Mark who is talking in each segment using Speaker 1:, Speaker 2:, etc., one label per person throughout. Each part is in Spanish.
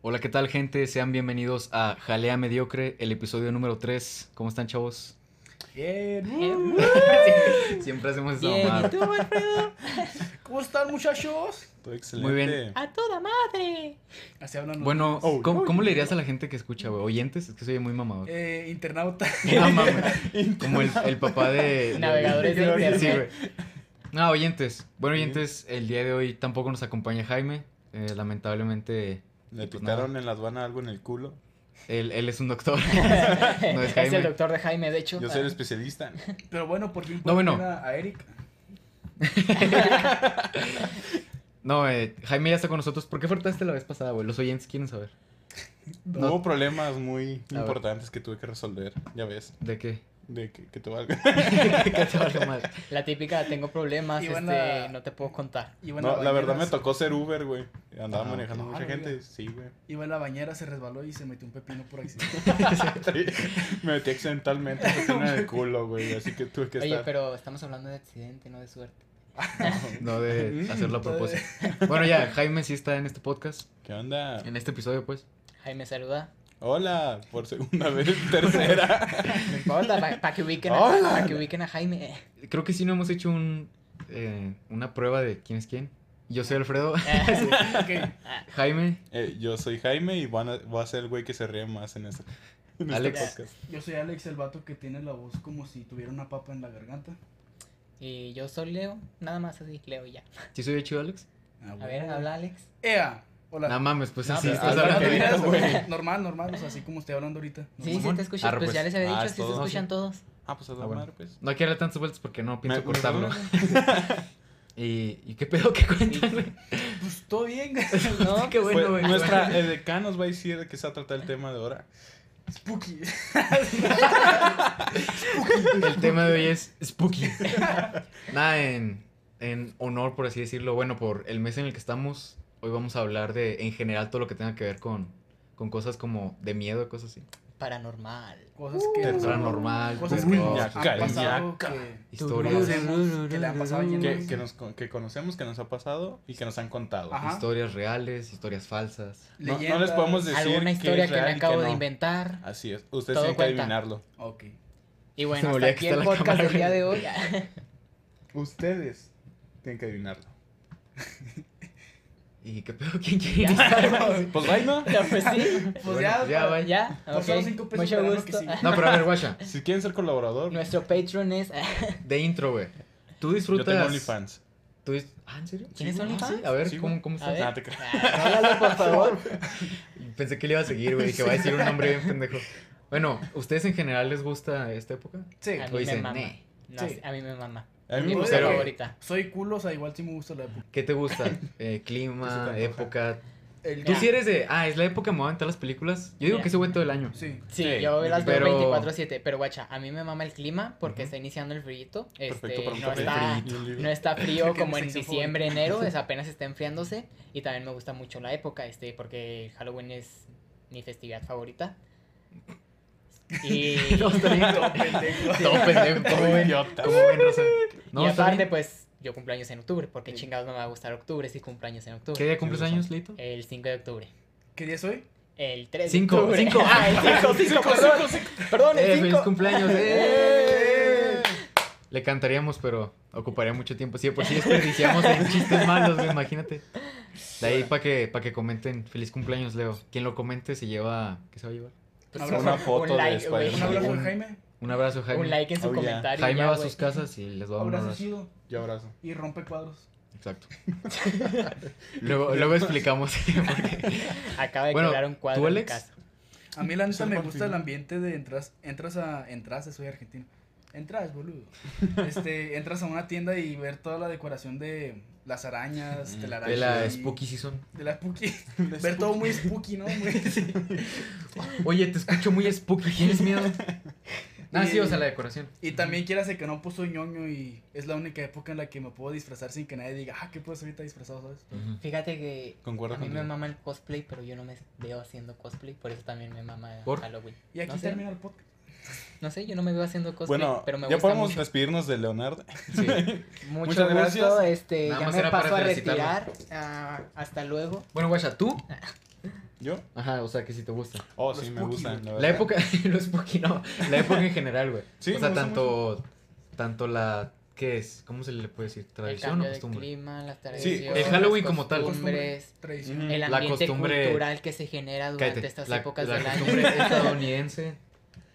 Speaker 1: Hola, ¿qué tal gente? Sean bienvenidos a Jalea Mediocre, el episodio número 3. ¿Cómo están, chavos?
Speaker 2: Bien.
Speaker 1: Siempre hacemos esa
Speaker 3: Bien, ¿y
Speaker 1: mamada.
Speaker 3: tú, Alfredo?
Speaker 2: ¿Cómo están, muchachos?
Speaker 4: Todo excelente.
Speaker 1: Muy bien.
Speaker 3: ¡A toda madre!
Speaker 2: Así hablan los-
Speaker 1: Bueno,
Speaker 4: Oh,
Speaker 1: ¿cómo,
Speaker 4: no,
Speaker 1: cómo
Speaker 4: no.
Speaker 1: le dirías a la gente que escucha, güey? ¿Oyentes? Es que soy muy mamador.
Speaker 2: Eh, internauta.
Speaker 1: No mames. Como el, el papá de. de-
Speaker 3: Navegadores de internet.
Speaker 1: Sí, güey. No, oyentes. Bueno, oyentes, el día de hoy tampoco nos acompaña Jaime. Eh, lamentablemente,
Speaker 4: Le
Speaker 1: Pues
Speaker 4: picaron
Speaker 1: nada.
Speaker 4: en la aduana algo en el culo.
Speaker 1: él, él es un doctor. No es
Speaker 3: es,
Speaker 1: Jaime.
Speaker 3: el doctor de Jaime, de hecho.
Speaker 4: Yo soy el especialista.
Speaker 2: Pero bueno, por fin
Speaker 1: No, bueno.
Speaker 2: puedo ver a a Eric.
Speaker 1: No, eh, Jaime ya está con nosotros. ¿Por qué faltaste la vez pasada, güey? Los oyentes quieren saber. No.
Speaker 4: Hubo problemas muy
Speaker 1: A ver.
Speaker 4: importantes que tuve que resolver, ya ves.
Speaker 1: ¿De qué?
Speaker 4: De que, que te valga.
Speaker 1: ¿Qué te vale madre?
Speaker 3: La típica, tengo problemas,
Speaker 2: Y van
Speaker 3: este,
Speaker 2: a-
Speaker 3: no te puedo contar.
Speaker 2: Iba en
Speaker 4: No, la verdad me
Speaker 2: bañera,
Speaker 4: tocó ser Uber, güey. Andaba
Speaker 1: Ah,
Speaker 4: manejando
Speaker 2: ok.
Speaker 4: mucha
Speaker 2: Ah,
Speaker 4: gente.
Speaker 2: mira.
Speaker 4: Sí, güey.
Speaker 2: Iba en la bañera, se resbaló y se metió un pepino por accidente.
Speaker 4: me metí accidentalmente en el culo, güey. Así que tuve que
Speaker 3: Oye,
Speaker 4: estar.
Speaker 3: pero estamos hablando de accidente, no de suerte.
Speaker 1: No de hacerlo a propósito. Bueno, ya, Jaime sí está en este podcast.
Speaker 4: ¿Qué onda?
Speaker 1: En este episodio, pues.
Speaker 3: Jaime, saluda.
Speaker 4: Hola, por segunda vez, tercera.
Speaker 3: No importa, para que, ubiquen a-
Speaker 4: Hola.
Speaker 3: pa' que ubiquen a Jaime.
Speaker 1: Creo que sí no hemos hecho un, eh, una prueba de quién es quién. Yo soy Alfredo.
Speaker 2: ok.
Speaker 1: Jaime.
Speaker 4: Eh, yo soy Jaime y van a- voy a ser el güey que se ríe más en este, en este
Speaker 1: Alex.
Speaker 4: podcast.
Speaker 2: Yo soy Alex, el vato que tiene la voz como si tuviera una papa en la garganta.
Speaker 3: y yo soy Leo, nada más así, Leo y ya.
Speaker 1: ¿Sí soy el chido, Alex?
Speaker 2: Ah,
Speaker 3: A ver,
Speaker 2: bueno.
Speaker 3: habla Alex.
Speaker 2: Ea.
Speaker 1: No
Speaker 2: Hola.
Speaker 1: mames, pues
Speaker 3: No,
Speaker 1: así
Speaker 3: pero-
Speaker 1: estás
Speaker 4: Ah,
Speaker 1: hablando.
Speaker 4: pero-
Speaker 1: bien.
Speaker 4: ahorita, güey.
Speaker 2: normal, normal, o sea, así como estoy hablando ahorita.
Speaker 3: Sí, sí,
Speaker 1: Simón.
Speaker 3: te escuchas.
Speaker 1: Arre,
Speaker 3: Pues, ya
Speaker 1: pues.
Speaker 3: les había
Speaker 4: Ah,
Speaker 3: dicho,
Speaker 4: es
Speaker 3: sí te
Speaker 4: todo, sí.
Speaker 3: escuchan todos.
Speaker 4: Ah, pues a la
Speaker 1: Ah, bueno.
Speaker 4: madre, pues.
Speaker 1: No quiero dar tantas vueltas porque no pienso
Speaker 4: Me-
Speaker 1: cortarlo.
Speaker 4: me-
Speaker 1: ¿Y, ¿y qué pedo que cuentan, güey?
Speaker 2: Pues todo bien.
Speaker 3: No,
Speaker 1: Qué bueno,
Speaker 4: Pues,
Speaker 1: güey.
Speaker 4: nuestra edecán nos va a decir de qué se va a tratar el tema de ahora.
Speaker 2: Spooky.
Speaker 1: El tema de hoy es spooky. Nada, en, en honor, por así decirlo, bueno, por el mes en el que estamos, hoy vamos a hablar de, en general, todo lo que tenga que ver con, con cosas como de miedo, cosas así.
Speaker 3: paranormal.
Speaker 2: Cosas que.
Speaker 1: Paranormal, terror,
Speaker 2: Cosas que
Speaker 4: Uy,
Speaker 2: nos han
Speaker 4: cariñaca.
Speaker 2: pasado que.
Speaker 1: historias,
Speaker 2: conocemos, que le han pasado a alguien
Speaker 4: Que,
Speaker 2: más.
Speaker 4: que nos, con- que conocemos, que nos ha pasado y que nos han contado.
Speaker 2: Ajá.
Speaker 1: historias reales, historias falsas.
Speaker 4: No, no
Speaker 2: leyendas.
Speaker 4: les podemos decir
Speaker 3: Alguna
Speaker 4: qué
Speaker 3: historia
Speaker 4: es
Speaker 3: que
Speaker 4: real
Speaker 3: me
Speaker 4: y qué
Speaker 3: acabo de
Speaker 4: no.
Speaker 3: inventar.
Speaker 4: Así es.
Speaker 3: Todo
Speaker 4: Ustedes tienen que
Speaker 3: cuenta.
Speaker 4: adivinarlo.
Speaker 2: Ok.
Speaker 3: Y
Speaker 1: Se
Speaker 3: bueno,
Speaker 1: me
Speaker 3: hasta
Speaker 1: olvidó que
Speaker 3: aquí el
Speaker 1: está la
Speaker 3: podcast
Speaker 1: cámara,
Speaker 3: del día
Speaker 1: güey.
Speaker 3: de hoy.
Speaker 4: Ustedes tienen que adivinarlo.
Speaker 1: ¿Y qué pedo? ¿Quién quiere
Speaker 3: Ya.
Speaker 1: iniciar, güey?
Speaker 4: Pues bueno.
Speaker 3: Ya, pues sí.
Speaker 2: Pues
Speaker 1: Bueno,
Speaker 2: ya,
Speaker 1: pues ya,
Speaker 2: para-
Speaker 1: bye.
Speaker 3: Ya,
Speaker 2: Por solo
Speaker 3: ok.
Speaker 2: cinco pesos
Speaker 3: Mucho
Speaker 2: para lo que
Speaker 3: gusto.
Speaker 2: sigue.
Speaker 1: No, pero a ver, guacha,
Speaker 4: Si quieren ser colaborador,
Speaker 3: Nuestro Patreon es. ah,
Speaker 1: de intro, güey. Tú
Speaker 4: yo
Speaker 1: disfrutas...
Speaker 4: tengo OnlyFans.
Speaker 1: tú dis- ¿Ah, en serio?
Speaker 3: ¿Tienes
Speaker 1: Sí, güey.
Speaker 3: OnlyFans?
Speaker 1: Ah, sí, A ver,
Speaker 4: Sí,
Speaker 1: ¿cómo,
Speaker 4: güey.
Speaker 1: cómo estás?
Speaker 3: A ver.
Speaker 4: Ah, te creas.
Speaker 3: Ah, háblalo, por favor.
Speaker 1: Pensé que le iba a seguir, güey, que va a decir un nombre bien pendejo. Bueno, ¿ustedes en general les gusta esta época?
Speaker 2: Sí.
Speaker 3: A mí
Speaker 1: Lo
Speaker 3: me
Speaker 1: dicen,
Speaker 3: mama.
Speaker 1: "Nee".
Speaker 3: No,
Speaker 2: Sí.
Speaker 3: A mí me mama.
Speaker 4: Pues A mí
Speaker 3: Mi
Speaker 4: me
Speaker 2: Pues,
Speaker 3: música
Speaker 4: gusta.
Speaker 2: pero-
Speaker 3: favorita.
Speaker 2: Soy culo, o sea, igual sí me gusta la época.
Speaker 1: ¿Qué te gusta? Eh,
Speaker 4: Eso te
Speaker 1: clima,
Speaker 4: antoja.
Speaker 1: época.
Speaker 2: El
Speaker 1: Tú
Speaker 3: Ya.
Speaker 1: sí eres de. Ah, es la época me van todas las películas. Yo digo
Speaker 3: Ya.
Speaker 1: que ese güey todo el año.
Speaker 2: Sí.
Speaker 3: Sí,
Speaker 4: Sí,
Speaker 3: yo las veo
Speaker 1: pero-
Speaker 3: 24-7, pero guacha, a mí me mama el clima porque
Speaker 1: Ujú.
Speaker 3: está iniciando el frío.
Speaker 4: Perfecto
Speaker 3: Este,
Speaker 4: para un
Speaker 3: no,
Speaker 4: café
Speaker 3: está,
Speaker 4: y un libro.
Speaker 3: no está
Speaker 2: Creo
Speaker 3: frío
Speaker 2: que es
Speaker 3: como
Speaker 2: mi
Speaker 3: en
Speaker 2: sección
Speaker 3: diciembre, enero, es apenas está enfriándose. Y también me gusta mucho la época, este, porque Halloween es mi festividad favorita. Y,
Speaker 1: No, está bien, todo
Speaker 2: pendejo.
Speaker 1: Todo pendejo, todo
Speaker 4: Todo
Speaker 1: bien.
Speaker 4: idiota.
Speaker 1: Como buen rosa. No,
Speaker 3: y
Speaker 1: está
Speaker 3: aparte,
Speaker 1: bien.
Speaker 3: pues, yo cumpleaños en octubre, porque chingados no me va a gustar octubre si cumpleaños en octubre.
Speaker 1: ¿Qué día cumples
Speaker 4: Tienes
Speaker 1: años, Leito?
Speaker 3: El 5 de octubre.
Speaker 2: ¿Qué día soy?
Speaker 3: El 3
Speaker 1: Cinco,
Speaker 3: de octubre.
Speaker 1: cinco.
Speaker 3: Ah, el 5, 5, perdón. Perdón,
Speaker 1: ¡Eh,
Speaker 3: el
Speaker 1: feliz
Speaker 3: 5.
Speaker 1: cumpleaños! ¡Eh! Le cantaríamos, pero ocuparía mucho tiempo. Sí, de por sí desperdiciamos en chistes malos, güey, imagínate. De ahí para que, pa' que comenten feliz cumpleaños, Leo. Quien lo comente se lleva. ¿Qué se va a llevar?
Speaker 4: Una foto
Speaker 3: un like,
Speaker 4: de
Speaker 3: güey.
Speaker 2: Un
Speaker 4: Spider-Man.
Speaker 2: abrazo
Speaker 1: Un-
Speaker 2: de Jaime.
Speaker 1: Un abrazo, Jaime.
Speaker 3: Un like en su
Speaker 4: Oh, ya.
Speaker 3: comentario.
Speaker 1: Jaime
Speaker 3: ya,
Speaker 1: va a
Speaker 3: güey.
Speaker 1: sus casas y les va a dar un
Speaker 2: Abrazo
Speaker 1: abrazo.
Speaker 2: chido.
Speaker 4: Yo abrazo.
Speaker 2: Y rompe cuadros.
Speaker 1: Exacto. luego, luego explicamos. por qué.
Speaker 3: Acaba de
Speaker 1: Bueno,
Speaker 3: crear un cuadro
Speaker 1: ¿tú,
Speaker 3: en mi
Speaker 1: Alex?
Speaker 3: casa.
Speaker 2: A mí la neta
Speaker 4: Ser
Speaker 2: me
Speaker 4: por
Speaker 2: gusta
Speaker 4: fin.
Speaker 2: el ambiente de entras, entras a, entras, soy argentino. Entras, boludo. Este, entras a una tienda y ver toda la decoración de las arañas,
Speaker 4: Mm,
Speaker 1: De
Speaker 2: telarañas.
Speaker 1: la
Speaker 2: y-
Speaker 1: Spooky Season.
Speaker 2: De la spooky. Ver todo muy spooky, ¿no? Muy-
Speaker 1: Oye, te escucho muy spooky, ¿tienes miedo? Ah, sí, o sea, la decoración.
Speaker 2: Y también quieras que no puso ñoño y es la única época en la que me puedo disfrazar sin que nadie diga, ah, ¿qué puedes ahorita disfrazado, sabes?
Speaker 1: Ujú.
Speaker 3: Fíjate que
Speaker 4: Concuerdo
Speaker 3: a mí me
Speaker 4: contigo.
Speaker 3: mama el cosplay, pero yo no me veo haciendo cosplay, por eso también me mama
Speaker 1: ¿Por?
Speaker 3: Halloween.
Speaker 2: Y aquí
Speaker 3: no sé,
Speaker 2: termina el podcast.
Speaker 3: no sé, yo no me veo haciendo cosplay,
Speaker 4: Bueno,
Speaker 3: pero me
Speaker 4: ya
Speaker 3: gusta
Speaker 4: podemos
Speaker 3: mucho.
Speaker 4: despedirnos de Leonardo.
Speaker 1: Sí.
Speaker 3: Mucho
Speaker 4: muchas
Speaker 3: gusto,
Speaker 4: gracias.
Speaker 3: este,
Speaker 1: Nada
Speaker 3: ya
Speaker 1: más
Speaker 3: me
Speaker 1: era para
Speaker 3: paso a
Speaker 1: felicitarlo.
Speaker 3: retirar. Ah, hasta luego.
Speaker 1: Bueno, guacha, tú
Speaker 4: ¿Yo?
Speaker 1: Ajá, o sea, que si te gusta.
Speaker 4: Oh,
Speaker 2: Los
Speaker 4: sí, me
Speaker 2: Pookie,
Speaker 4: gustan.
Speaker 2: güey.
Speaker 1: La
Speaker 4: verdad.
Speaker 1: época, los Spooky, no, la época en general, güey.
Speaker 4: Sí,
Speaker 1: o sea,
Speaker 4: me gusta
Speaker 1: tanto, tanto la, ¿qué es? ¿Cómo se le puede decir?
Speaker 3: El
Speaker 1: ¿Tradición o
Speaker 3: cambio de
Speaker 1: costumbre?
Speaker 3: clima, las
Speaker 4: Sí,
Speaker 3: tradiciones.
Speaker 4: el
Speaker 1: Halloween
Speaker 3: las
Speaker 1: como tal.
Speaker 3: costumbres,
Speaker 2: Tradición.
Speaker 4: Ujú.
Speaker 3: El
Speaker 1: La
Speaker 3: ambiente
Speaker 1: costumbre-
Speaker 3: cultural que se genera durante
Speaker 1: Cállate,
Speaker 3: estas
Speaker 1: la,
Speaker 3: épocas
Speaker 1: la
Speaker 3: del
Speaker 1: costumbre
Speaker 3: año.
Speaker 1: estadounidense.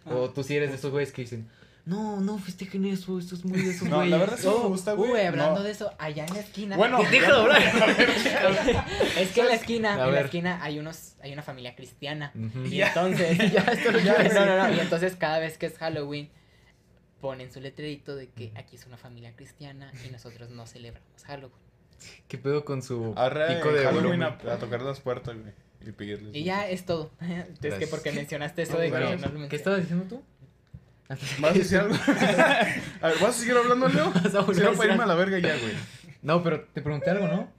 Speaker 2: Ah.
Speaker 1: O tú si eres de esos güeyes que dicen, no, no festejen eso, esto es muy de esos
Speaker 4: No,
Speaker 1: güeyes.
Speaker 4: la verdad sí me
Speaker 3: Oh,
Speaker 4: gusta, güey.
Speaker 3: Uy, hablando
Speaker 4: No.
Speaker 3: de eso, allá en la esquina.
Speaker 4: Bueno,
Speaker 1: Déjalo hablar.
Speaker 3: es que en la esquina,
Speaker 1: A
Speaker 3: en la
Speaker 1: ver.
Speaker 3: esquina hay unos, hay una familia cristiana.
Speaker 1: Ujú.
Speaker 3: Y
Speaker 2: Ya.
Speaker 3: entonces, ya, esto lo
Speaker 4: Ya,
Speaker 3: quiero decir.
Speaker 4: sí.
Speaker 3: no, no, no, Y entonces cada vez que es Halloween, ponen su letrerito de que aquí es una familia cristiana y nosotros no celebramos Halloween.
Speaker 1: ¿Qué pedo con su
Speaker 4: Ahora
Speaker 1: pico
Speaker 4: en
Speaker 1: de
Speaker 4: Halloween
Speaker 1: volumen?
Speaker 4: a, a tocar las puertas, güey. Y pedirles.
Speaker 3: Y ya es todo. Es que
Speaker 1: Pues Gracias.
Speaker 3: porque mencionaste eso de
Speaker 1: Bueno,
Speaker 3: que no lo mencioné.
Speaker 1: ¿Qué estabas diciendo tú?
Speaker 4: ¿Vas a decir algo? a ver, ¿vas a seguir hablando, Leo?
Speaker 1: Vas a volver a
Speaker 4: Quiero
Speaker 1: decir
Speaker 4: para irme a la verga ya, güey.
Speaker 1: No, pero te pregunté algo, ¿no?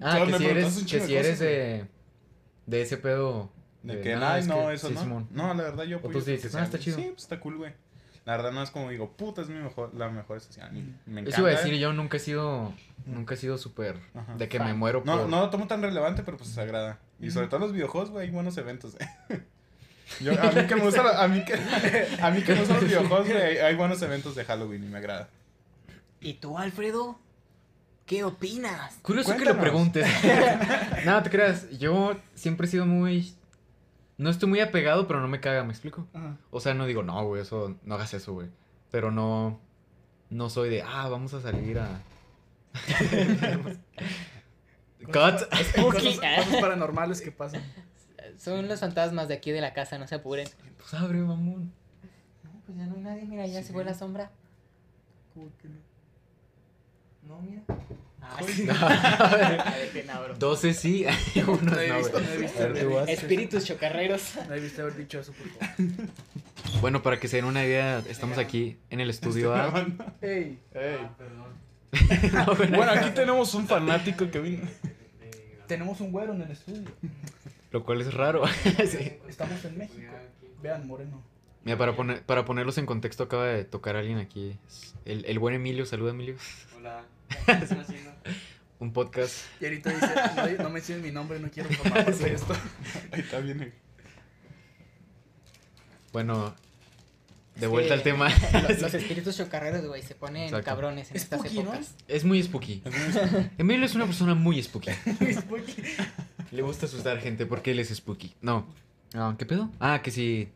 Speaker 1: Ah,
Speaker 4: Claro,
Speaker 1: que
Speaker 4: me
Speaker 1: si
Speaker 4: preguntaste
Speaker 1: eres,
Speaker 4: un
Speaker 1: que
Speaker 4: chingo
Speaker 1: si
Speaker 4: de
Speaker 1: eres
Speaker 4: cosas,
Speaker 1: de, de ese pedo.
Speaker 4: De
Speaker 1: de,
Speaker 4: que,
Speaker 1: "Ah,
Speaker 4: ay,
Speaker 1: es
Speaker 4: no,
Speaker 1: que-
Speaker 4: eso
Speaker 1: sí,
Speaker 4: no.
Speaker 1: Simón".
Speaker 4: No, la verdad yo
Speaker 1: O tú
Speaker 4: apoyo
Speaker 1: sí
Speaker 4: que
Speaker 1: dices,
Speaker 4: sea,
Speaker 1: "Ah, está
Speaker 4: güey".
Speaker 1: chido.
Speaker 4: Sí, pues está cool, güey. La verdad no es como digo, puta, es mi mejor, la mejor estación. y Me encanta.
Speaker 1: Eso iba a decir,
Speaker 4: güey.
Speaker 1: yo nunca he sido, nunca he sido súper,
Speaker 4: Ajá.
Speaker 1: de que
Speaker 3: Fan.
Speaker 1: me muero por...
Speaker 4: No, no lo tomo tan relevante, pero pues se agrada. Y sobre todo los videojuegos, güey, hay buenos eventos. eh. Yo, a mí que me gusta, la- a mí que, a mí que me gustan los videojuegos, güey, hay, hay buenos eventos de Halloween y me agrada.
Speaker 3: ¿Y tú, Alfredo? ¿Qué opinas?
Speaker 1: Curioso que
Speaker 4: Cuéntanos.
Speaker 1: lo preguntes. Nada, te creas, yo siempre he sido muy... No estoy muy apegado, pero no me caga, ¿me explico?
Speaker 2: Ajá.
Speaker 1: O sea, no digo, no, güey, eso, no hagas eso, güey. Pero no, no soy de, ah, vamos a salir a... Cut.
Speaker 3: Spooky.
Speaker 2: Cosas, cosas paranormales que pasan.
Speaker 3: Son los fantasmas de aquí de la casa, no se apuren.
Speaker 1: Pues abre, mamón.
Speaker 3: No, pues ya no hay nadie, mira, ya
Speaker 2: Sí.
Speaker 3: se fue la sombra.
Speaker 2: Como que no.
Speaker 3: No, mira.
Speaker 1: A
Speaker 3: A ver, ven, abro.
Speaker 1: 12 sí, unos
Speaker 2: No he
Speaker 1: no,
Speaker 2: visto,
Speaker 1: güey.
Speaker 2: no he visto
Speaker 4: A ver,
Speaker 2: haber
Speaker 4: tú vas.
Speaker 2: dicho eso.
Speaker 3: Espíritus chocarreros.
Speaker 2: No he visto haber dicho eso, por favor.
Speaker 1: Bueno, para que se den una idea, estamos aquí en el estudio A.
Speaker 2: Ey.
Speaker 4: Ey.
Speaker 2: perdón.
Speaker 1: No, bueno,
Speaker 4: Bueno, aquí tenemos un fanático que vino.
Speaker 2: Tenemos un güero en el estudio.
Speaker 1: Lo cual es raro. Sí.
Speaker 2: Estamos en México. Vean, Moreno.
Speaker 1: Mira, para, poner, para ponerlos en contexto, acaba de tocar alguien aquí. Es El, el buen Emilio, saluda Emilio.
Speaker 5: Hola, ¿qué están haciendo?
Speaker 1: Un podcast.
Speaker 2: Y ahorita dice, no, no menciones mi nombre, no quiero formar parte de esto.
Speaker 4: Ahí está bien. eh.
Speaker 1: Bueno, de vuelta al tema.
Speaker 3: Los, los espíritus chocarreros, güey, se ponen
Speaker 1: Exacto.
Speaker 3: cabrones en estas
Speaker 2: Spooky, ¿no?
Speaker 3: épocas.
Speaker 1: Es muy spooky. Emilio es una persona muy spooky.
Speaker 2: Spooky.
Speaker 1: Le gusta asustar gente porque él es spooky. No. Ah, ¿Qué pedo? Ah, que si.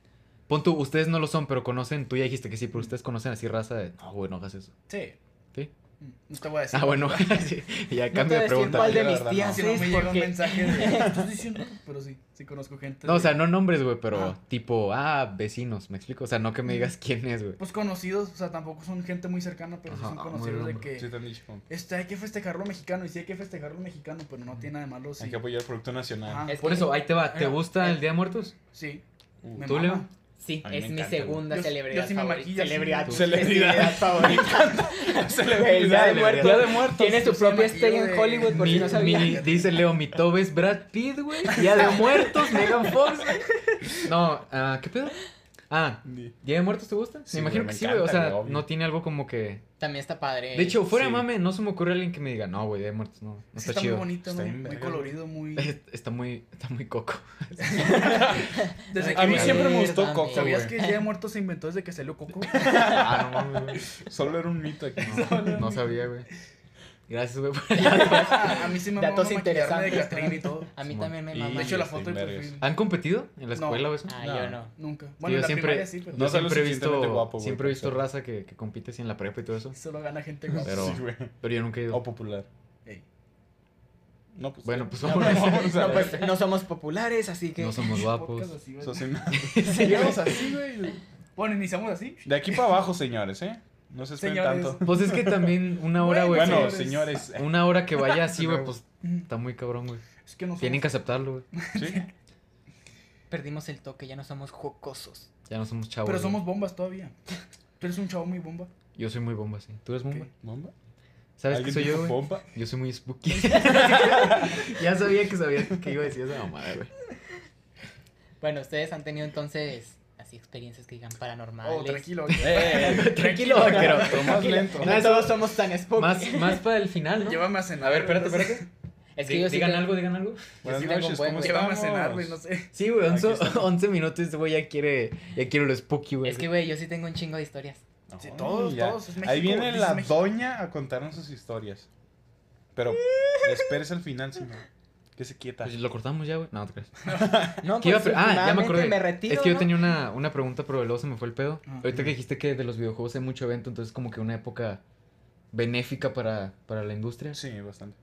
Speaker 1: Pon tú, ustedes no lo son, pero conocen. Tú ya dijiste que sí, pero ustedes conocen así raza de. No, güey, no hagas eso.
Speaker 2: Sí. Mm,
Speaker 1: ¿Sí?
Speaker 2: No te voy a decir.
Speaker 1: Ah, bueno, sí, ya
Speaker 3: No te voy
Speaker 1: cambio
Speaker 3: a
Speaker 1: de
Speaker 3: decir
Speaker 1: pregunta.
Speaker 3: cuál de
Speaker 4: yo la
Speaker 3: mis
Speaker 4: verdad
Speaker 3: tías
Speaker 2: Si no
Speaker 3: Ah, es,
Speaker 2: me llega un
Speaker 3: porque-
Speaker 2: mensaje de. "¿Qué estás diciendo? Pero sí, sí conozco gente.
Speaker 1: No, o
Speaker 2: de-
Speaker 1: sea, no nombres, güey, pero
Speaker 2: Ajá.
Speaker 1: tipo, ah, vecinos, ¿me explico? O sea, no que me
Speaker 3: Mm.
Speaker 1: digas quién es, güey.
Speaker 2: Pues conocidos, o sea, tampoco son gente muy cercana, pero sí
Speaker 1: Ajá,
Speaker 2: son
Speaker 1: ah,
Speaker 2: conocidos
Speaker 1: muy
Speaker 2: de
Speaker 1: bien,
Speaker 2: que.
Speaker 4: Sí, te han dicho. como,
Speaker 2: Este, hay que festejar lo mexicano, y sí hay que festejar lo mexicano, pero no tiene nada de malo, sí.
Speaker 4: Hay que apoyar el producto nacional.
Speaker 2: Ajá.
Speaker 3: Es
Speaker 1: Por
Speaker 3: que-
Speaker 1: eso, ahí te va. ¿Te
Speaker 2: Mira,
Speaker 1: gusta
Speaker 3: eh,
Speaker 1: el Día de Muertos?
Speaker 2: Sí,
Speaker 4: Uh.
Speaker 2: me
Speaker 1: ¿Tú,
Speaker 2: mama.
Speaker 1: Leo?
Speaker 3: Sí,
Speaker 4: A mí me
Speaker 3: es mi
Speaker 4: encanta,
Speaker 2: güey.
Speaker 3: segunda
Speaker 2: Yo-
Speaker 3: celebridad.
Speaker 2: yo sí me
Speaker 3: favorita.
Speaker 2: maquillo, sí me-
Speaker 3: celebridad.
Speaker 2: Tú.
Speaker 4: Celebridad.
Speaker 3: favorita. El Día de Muertos.
Speaker 4: Día de Muertos.
Speaker 3: Tiene
Speaker 2: Yo
Speaker 3: su
Speaker 2: sí
Speaker 3: propio
Speaker 2: me
Speaker 3: estrella en
Speaker 2: maquillo de-
Speaker 3: Hollywood, por si
Speaker 1: Mi-
Speaker 3: no sabía.
Speaker 1: mi- dice Leo, mi top es Brad Pitt, güey. Día de Muertos, Megan Fox. güey. No, ah, ¿qué pedo? Ah,
Speaker 4: Di.
Speaker 1: ¿Día de Muertos te gusta?
Speaker 4: Sí,
Speaker 1: me imagino
Speaker 4: güey,
Speaker 1: que
Speaker 4: me
Speaker 1: sí, güey. O
Speaker 4: encanta,
Speaker 1: sea,
Speaker 4: güey, obvio.
Speaker 1: no tiene algo como que.
Speaker 3: También está padre.
Speaker 1: De hecho, fuera de
Speaker 4: sí.
Speaker 1: mame, no se me ocurre alguien que me diga, no, güey, Día de Muertos, no. No
Speaker 2: Sí,
Speaker 1: está,
Speaker 2: está muy
Speaker 1: chido.
Speaker 2: bonito,
Speaker 4: Está
Speaker 2: muy,
Speaker 4: bien
Speaker 2: muy
Speaker 4: verga,
Speaker 2: colorido, muy.
Speaker 1: Está muy, está muy coco.
Speaker 2: Desde
Speaker 4: A
Speaker 2: que
Speaker 4: mí
Speaker 2: vi-
Speaker 4: siempre me gustó
Speaker 3: Mierda,
Speaker 4: Coco,
Speaker 2: ¿Sabías
Speaker 4: güey.
Speaker 2: que el Día de Muertos se inventó desde que salió Coco?
Speaker 1: Ah, no mames, güey.
Speaker 4: Solo era un mito aquí.
Speaker 1: No, no sabía, güey. Gracias, güey. por-
Speaker 2: a mí sí me
Speaker 3: Datos
Speaker 2: mama maquillarme de
Speaker 3: interesantes.
Speaker 2: Catrín y todo.
Speaker 3: A mí
Speaker 1: Simón.
Speaker 3: también me
Speaker 4: Y-
Speaker 3: mama.
Speaker 2: De hecho, la
Speaker 4: Sí,
Speaker 2: foto y
Speaker 4: vergas.
Speaker 2: perfil.
Speaker 1: ¿Han competido en la
Speaker 2: No.
Speaker 1: escuela o eso?
Speaker 3: Ah,
Speaker 4: No.
Speaker 3: yo no.
Speaker 2: Nunca.
Speaker 1: yo
Speaker 2: Bueno, en la
Speaker 1: siempre-
Speaker 2: primaria sí, pero
Speaker 1: Yo
Speaker 4: No solo
Speaker 1: siempre he visto,
Speaker 4: suficientemente guapo, güey,
Speaker 1: siempre he
Speaker 4: para
Speaker 1: visto
Speaker 4: ser.
Speaker 1: raza que, que compite así en la prepa y todo eso.
Speaker 2: solo gana gente guapa.
Speaker 1: Pero-
Speaker 4: Sí, güey.
Speaker 1: Pero yo nunca he ido.
Speaker 4: O popular.
Speaker 2: Ey.
Speaker 4: No, pues.
Speaker 1: Bueno, pues,
Speaker 4: ya,
Speaker 1: vamos.
Speaker 4: vamos a
Speaker 3: No,
Speaker 4: ver.
Speaker 3: pues, no somos populares, así que.
Speaker 1: no somos
Speaker 2: Podcast
Speaker 1: guapos.
Speaker 2: así, güey.
Speaker 4: Eso sí, no.
Speaker 2: Sigamos así, güey. Bueno, iniciamos así.
Speaker 4: De aquí para abajo, señores, ¿eh? No se esperen
Speaker 2: Señores.
Speaker 4: tanto.
Speaker 1: Pues es que también una hora, güey.
Speaker 4: Bueno,
Speaker 1: que-
Speaker 4: señores.
Speaker 1: Una hora que vaya así, güey,
Speaker 4: No.
Speaker 1: pues está muy cabrón, güey.
Speaker 2: Es que no somos-
Speaker 1: Tienen que aceptarlo, güey.
Speaker 4: ¿Sí?
Speaker 3: Perdimos el toque, ya no somos jocosos.
Speaker 1: Ya no somos chavos.
Speaker 2: Pero
Speaker 1: güey.
Speaker 2: somos bombas todavía. Tú eres un chavo muy bomba.
Speaker 1: Yo soy muy bomba, sí. ¿Tú eres bomba?
Speaker 2: ¿Qué?
Speaker 4: ¿Bomba?
Speaker 1: ¿Sabes qué
Speaker 4: ¿Alguien
Speaker 1: soy yo,
Speaker 4: dijo
Speaker 1: güey?
Speaker 4: bomba?
Speaker 1: Yo soy muy spooky. ya sabía que sabía que iba a decir esa mamada, güey.
Speaker 3: Bueno, ustedes han tenido entonces así experiencias que digan paranormales.
Speaker 2: Oh, tranquilo.
Speaker 1: Tranquilo, vaquero.
Speaker 4: Eh, Pero más lento.
Speaker 3: No todos somos tan spooky.
Speaker 1: Más, más para el final, ¿no?
Speaker 2: Llévame a cenar.
Speaker 1: A ver, espérate,
Speaker 2: entonces.
Speaker 1: espérate.
Speaker 3: Es que
Speaker 1: Di-
Speaker 3: yo sí
Speaker 1: digan
Speaker 3: te-
Speaker 1: algo, digan algo.
Speaker 4: Buenas
Speaker 3: sí tengo
Speaker 4: noches,
Speaker 3: buen-
Speaker 4: ¿cómo
Speaker 2: ¿Qué vamos a
Speaker 4: estamos?
Speaker 2: cenar, güey? No sé.
Speaker 1: Sí, güey, 11,
Speaker 4: Aquí está.
Speaker 1: 11 minutos, este güey ya quiere, ya quiere lo spooky, güey.
Speaker 3: Es que, güey, yo sí tengo un chingo de historias.
Speaker 2: Sí, todos,
Speaker 4: ya.
Speaker 2: todos, es México,
Speaker 4: Ahí viene
Speaker 2: dices
Speaker 4: la
Speaker 2: México.
Speaker 4: doña a contarnos sus historias. Pero espérese al final, señor. Que se quieta.
Speaker 1: Pues lo cortamos ya, güey. No, no te creas.
Speaker 3: No,
Speaker 1: ¿Qué iba a pre- ah, ya me
Speaker 3: últimamente
Speaker 1: acordé.
Speaker 3: retiro,
Speaker 1: es que yo
Speaker 3: ¿no?
Speaker 1: tenía una, una pregunta, pero luego se me fue el pedo.
Speaker 2: Ah.
Speaker 1: Ahorita que dijiste que de los videojuegos hay mucho evento, entonces como que una época benéfica para, para la industria.
Speaker 4: Sí, bastante.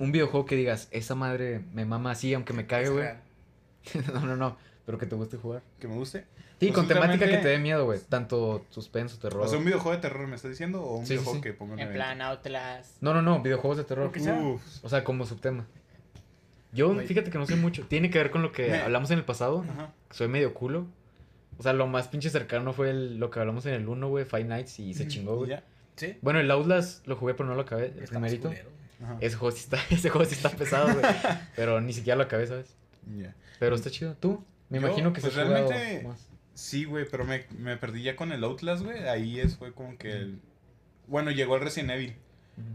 Speaker 1: Un videojuego que digas, esa madre me mama así, aunque me cague,
Speaker 2: Es
Speaker 1: güey.
Speaker 2: real.
Speaker 1: no, no, no. Pero que te guste jugar.
Speaker 4: Que me guste.
Speaker 1: Sí, con temática que
Speaker 4: Justamente-
Speaker 1: te dé miedo, güey. Tanto suspenso, terror.
Speaker 4: O sea, un videojuego de terror, ¿me estás diciendo? ¿O un
Speaker 1: Sí, sí,
Speaker 4: videojuego
Speaker 1: sí.
Speaker 4: que ponga un
Speaker 3: En
Speaker 4: evento?
Speaker 3: plan, Outlast.
Speaker 1: No, no, no, videojuegos de terror.
Speaker 2: Lo que sea.
Speaker 4: Uf.
Speaker 1: O sea, como subtema. Yo,
Speaker 2: Güey.
Speaker 1: fíjate que no sé mucho. Tiene que ver con lo que
Speaker 4: Me-
Speaker 1: hablamos en el pasado.
Speaker 4: Ajá.
Speaker 1: Soy medio culo. O sea, lo más pinche cercano fue el- lo que hablamos en el 1, güey, Five Nights, y se
Speaker 2: Ujú,
Speaker 1: chingó, güey.
Speaker 4: Ya.
Speaker 2: Sí.
Speaker 1: Bueno, el Outlast lo jugué, pero no lo acabé, el
Speaker 2: Está más
Speaker 1: primerito.
Speaker 2: culero, güey.
Speaker 4: Ajá.
Speaker 1: Ese juego, sí está, ese juego sí está pesado, güey. pero ni siquiera lo acabé, ¿sabes?
Speaker 4: Ya.
Speaker 1: Pero está chido. ¿Tú? Me
Speaker 4: Yo,
Speaker 1: imagino que
Speaker 4: pues,
Speaker 1: se realmente...
Speaker 4: realmente- Sí, güey, pero me, me perdí ya con el Outlast, güey. Ahí es, fue como que el... Bueno, llegó el Resident Evil.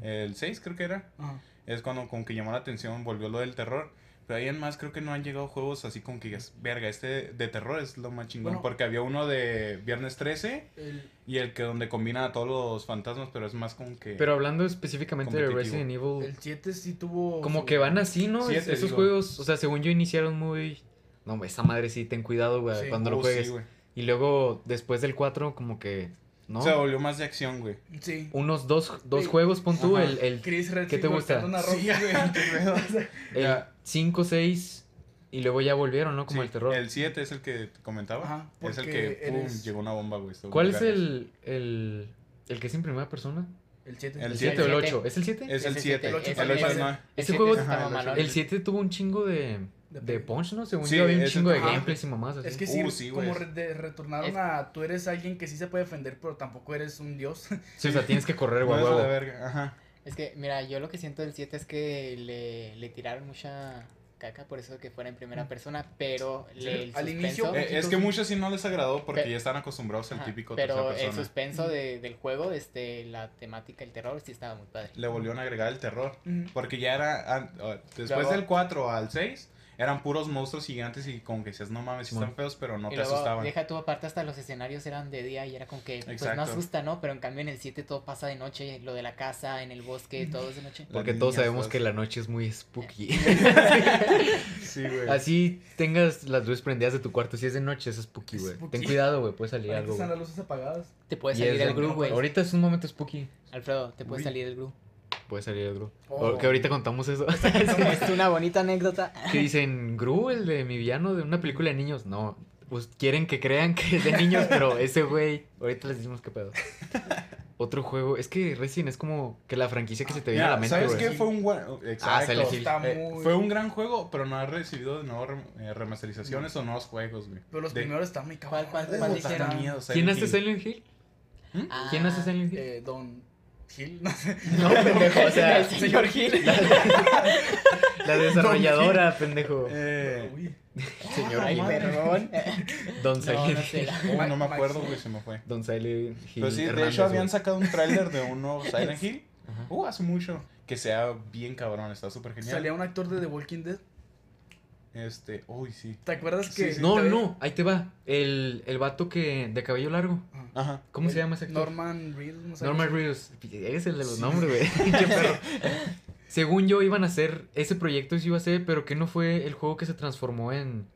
Speaker 4: El 6 creo que era.
Speaker 2: Ajá.
Speaker 4: Es cuando como que llamó la atención, volvió lo del terror. Pero ahí en más creo que no han llegado juegos así como que digas, verga, este de terror es lo más chingón.
Speaker 2: Bueno.
Speaker 4: Porque había uno de Viernes 13
Speaker 2: El-
Speaker 4: y el que donde combina a todos los fantasmas, pero es más como que...
Speaker 1: Pero hablando específicamente de
Speaker 4: Competitivo.
Speaker 1: Resident Evil,
Speaker 2: El 7 sí tuvo.
Speaker 1: como
Speaker 2: su-
Speaker 1: que van así, ¿no?
Speaker 4: Sí,
Speaker 1: Es-
Speaker 4: te
Speaker 1: Esos
Speaker 4: digo.
Speaker 1: juegos, o sea, según yo iniciaron muy... No, esa madre sí, ten cuidado, güey,
Speaker 2: Sí.
Speaker 1: cuando
Speaker 4: Oh,
Speaker 1: lo juegues.
Speaker 4: sí, güey.
Speaker 1: y luego, después del 4, como que... ¿No?
Speaker 4: Se volvió más de acción, güey.
Speaker 2: Sí.
Speaker 1: Unos dos, dos
Speaker 2: Sí.
Speaker 1: juegos, pon tú,
Speaker 4: Ajá.
Speaker 1: el, el
Speaker 2: Chris Redfield.
Speaker 1: ¿Qué te gusta?
Speaker 2: golpeando una
Speaker 4: Sí,
Speaker 2: roca.
Speaker 4: güey, qué pedo.
Speaker 1: El
Speaker 4: Ya.
Speaker 1: 5, 6 y luego ya volvieron, ¿no? Como
Speaker 4: Sí,
Speaker 1: el terror.
Speaker 4: El 7 es el que te comentaba.
Speaker 2: Ajá,
Speaker 4: es el
Speaker 2: porque
Speaker 4: que pum,
Speaker 2: eres-
Speaker 4: llegó una bomba, güey. estuvo
Speaker 1: ¿Cuál
Speaker 4: muy
Speaker 1: es
Speaker 4: vergas.
Speaker 1: el, el, el que es en primera persona?
Speaker 2: El 7.
Speaker 4: El
Speaker 1: ¿El
Speaker 4: siete.
Speaker 1: 7 o el
Speaker 3: Siete.
Speaker 1: 8? ¿Es el 7?
Speaker 4: Es el
Speaker 3: Ese
Speaker 4: 7. El
Speaker 2: siete,
Speaker 4: 8
Speaker 2: ese
Speaker 4: es
Speaker 2: siete.
Speaker 4: más.
Speaker 1: Ese
Speaker 3: siete
Speaker 1: juego
Speaker 3: sí estaba
Speaker 4: Ajá, el
Speaker 3: malón.
Speaker 4: ocho.
Speaker 1: El 7 tuvo un chingo de,
Speaker 2: De
Speaker 1: de
Speaker 2: punch.
Speaker 1: punch, ¿no? Según
Speaker 4: Sí,
Speaker 1: yo había un
Speaker 4: ese
Speaker 1: chingo de
Speaker 4: también.
Speaker 1: gameplays y mamadas así.
Speaker 2: Es que
Speaker 4: Uh,
Speaker 2: sí,
Speaker 4: sí, güey.
Speaker 2: como re- de- retornaron
Speaker 3: Es-
Speaker 2: a tú eres alguien que sí se puede defender, pero tampoco eres un dios.
Speaker 1: Sí, o sea, tienes que correr,
Speaker 4: No
Speaker 1: güey,
Speaker 4: es la
Speaker 1: huevo.
Speaker 4: verga. Ajá.
Speaker 3: Es que, mira, yo lo que siento del 7 es que le, le tiraron mucha caca, por eso que fuera en
Speaker 1: Mm.
Speaker 3: primera persona, pero le- el
Speaker 2: al inicio-
Speaker 3: suspenso-
Speaker 4: Eh, es que muchos sí no les agradó porque
Speaker 3: Pe-
Speaker 4: ya están acostumbrados al
Speaker 3: Ajá,
Speaker 4: típico
Speaker 3: pero
Speaker 4: tercera
Speaker 3: el
Speaker 4: persona.
Speaker 3: suspenso de- del juego, este, la temática, el terror, sí estaba muy padre.
Speaker 4: Le volvieron a agregar el terror.
Speaker 2: Ujú.
Speaker 4: Porque ya era. an- ah, después
Speaker 3: Luego-
Speaker 4: del 4 al 6, eran puros monstruos gigantes y como que decías, no mames, sí
Speaker 1: Simón.
Speaker 4: están feos, pero no
Speaker 3: y
Speaker 4: te
Speaker 3: luego,
Speaker 4: asustaban.
Speaker 3: deja tú aparte, hasta los escenarios eran de día y era como que, pues
Speaker 4: Exacto.
Speaker 3: no asusta, ¿no? Pero en cambio en el 7 todo pasa de noche, lo de la casa, en el bosque, todo es de noche.
Speaker 1: Porque
Speaker 4: Las
Speaker 1: todos
Speaker 4: niñas,
Speaker 1: sabemos
Speaker 4: todas.
Speaker 1: que la noche es muy spooky.
Speaker 4: Sí, güey.
Speaker 1: Así tengas las luces prendidas de tu cuarto. Si es de noche, es spooky, güey.
Speaker 2: Spooky.
Speaker 1: Ten cuidado, güey. Puede salir
Speaker 2: Ahorita
Speaker 1: algo.
Speaker 2: están
Speaker 1: güey.
Speaker 2: las luces apagadas.
Speaker 3: Te puede
Speaker 1: Y es
Speaker 3: salir
Speaker 1: de-
Speaker 3: el gru, güey.
Speaker 1: Ahorita es un momento spooky.
Speaker 3: Alfredo, te puede
Speaker 4: Uy.
Speaker 3: salir el gru.
Speaker 1: Puede salir el Gru.
Speaker 2: Oh.
Speaker 1: Que ahorita contamos eso.
Speaker 3: es una bonita anécdota.
Speaker 1: que dicen, Gru, el de mi villano de una película de niños. No, pues quieren que crean que es de niños, pero ese güey, ahorita les decimos qué pedo. Otro juego, es que Resident es como que la franquicia que se te viene
Speaker 4: Mira,
Speaker 1: a la mente,
Speaker 4: ¿Sabes
Speaker 1: güey.
Speaker 4: qué? Fue un buen. Exacto.
Speaker 1: Silent Hill.
Speaker 2: Está
Speaker 4: Eh,
Speaker 2: muy...
Speaker 4: fue un gran juego, pero no ha recibido de nuevo rem- eh, remasterizaciones o nuevos juegos, güey.
Speaker 2: Pero los
Speaker 4: De- Ah,
Speaker 2: primeros están muy cabrón.
Speaker 3: ¿Cuál- cuál-
Speaker 4: Puta,
Speaker 3: cuál
Speaker 4: está
Speaker 3: dijeron?
Speaker 4: miedo, Silent
Speaker 1: ¿Quién
Speaker 4: Hill.
Speaker 1: hace Silent Hill? ¿Quién
Speaker 3: Ah,
Speaker 1: hace Silent Hill?
Speaker 2: Eh, Don Hill, no sé.
Speaker 1: no, pendejo, o sea,
Speaker 3: el señor Gil.
Speaker 1: la desarrolladora, pendejo.
Speaker 4: Eh,
Speaker 2: Uy.
Speaker 4: señor
Speaker 3: Ay,
Speaker 4: madre.
Speaker 3: perdón.
Speaker 1: Don
Speaker 3: No,
Speaker 1: Silent
Speaker 3: no sé. la-
Speaker 4: Uy, no me
Speaker 2: Max-
Speaker 4: acuerdo,
Speaker 2: Max-
Speaker 4: güey, se me fue.
Speaker 1: Don Silent Hill.
Speaker 4: Pero sí, de
Speaker 1: Hernández,
Speaker 4: hecho habían
Speaker 1: güey.
Speaker 4: sacado un tráiler de un nuevo Silent Hill.
Speaker 1: Ajá.
Speaker 4: Uh, hace mucho. Que sea bien cabrón, está súper
Speaker 2: Salía
Speaker 4: genial.
Speaker 2: un actor de The Walking Dead.
Speaker 4: Este, uy, sí.
Speaker 2: ¿Te acuerdas
Speaker 4: Sí,
Speaker 2: que.?
Speaker 4: sí.
Speaker 1: No, no, ahí te va. El, el vato que de cabello largo.
Speaker 2: Ajá.
Speaker 4: Ajá.
Speaker 1: Ah, ¿Cómo se
Speaker 2: El
Speaker 1: llama ese actor?
Speaker 2: Ah. Norman Reedus, no sé.
Speaker 1: Norman Reedus. Eres el de los nombres, güey. Pinche perro. Según yo, iban a hacer. Ese proyecto sí iba a ser, pero que no fue el juego que se transformó en.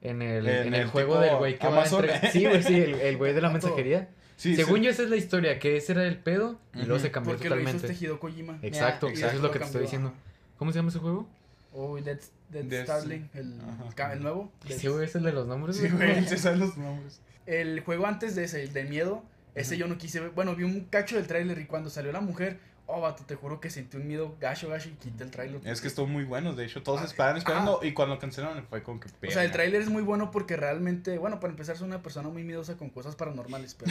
Speaker 1: En el,
Speaker 4: En
Speaker 1: en el
Speaker 4: el
Speaker 1: juego
Speaker 4: tipo
Speaker 1: del güey que va a
Speaker 4: Amazon.
Speaker 1: entregar- Sí, güey, sí, el- el güey de la
Speaker 2: Vato.
Speaker 1: mensajería.
Speaker 4: Sí,
Speaker 1: Según
Speaker 4: sí.
Speaker 1: yo, esa es la historia, que ese era el pedo y luego
Speaker 4: Ujú.
Speaker 1: se cambió
Speaker 2: Porque lo hizo
Speaker 1: totalmente.
Speaker 2: este Hideo Kojima.
Speaker 1: Exacto,
Speaker 4: Ya,
Speaker 1: eso es lo que te estoy
Speaker 2: cambió,
Speaker 1: diciendo.
Speaker 2: ajá.
Speaker 1: ¿Cómo se llama ese juego?
Speaker 2: Oh, Dead, Dead,
Speaker 4: Dead-
Speaker 2: Starling, el,
Speaker 4: Ajá.
Speaker 2: ca- el nuevo. Dead-
Speaker 1: Sí, güey, ese es el de los nombres.
Speaker 4: Sí, güey, se saben los nombres.
Speaker 2: El juego antes de ese, el de miedo, ese yo no quise ver. Bueno, vi un cacho del tráiler y cuando salió la mujer, oh, vato, te juro que sentí un miedo gacho, gacho y quité el tráiler.
Speaker 4: Es que estuvo muy bueno, de hecho, todos estaban esperando y cuando lo cancelaron fue con que
Speaker 2: Ah, O sea, el
Speaker 4: verga.
Speaker 2: tráiler es muy bueno porque realmente, bueno, para empezar soy una persona muy miedosa con cosas paranormales, pero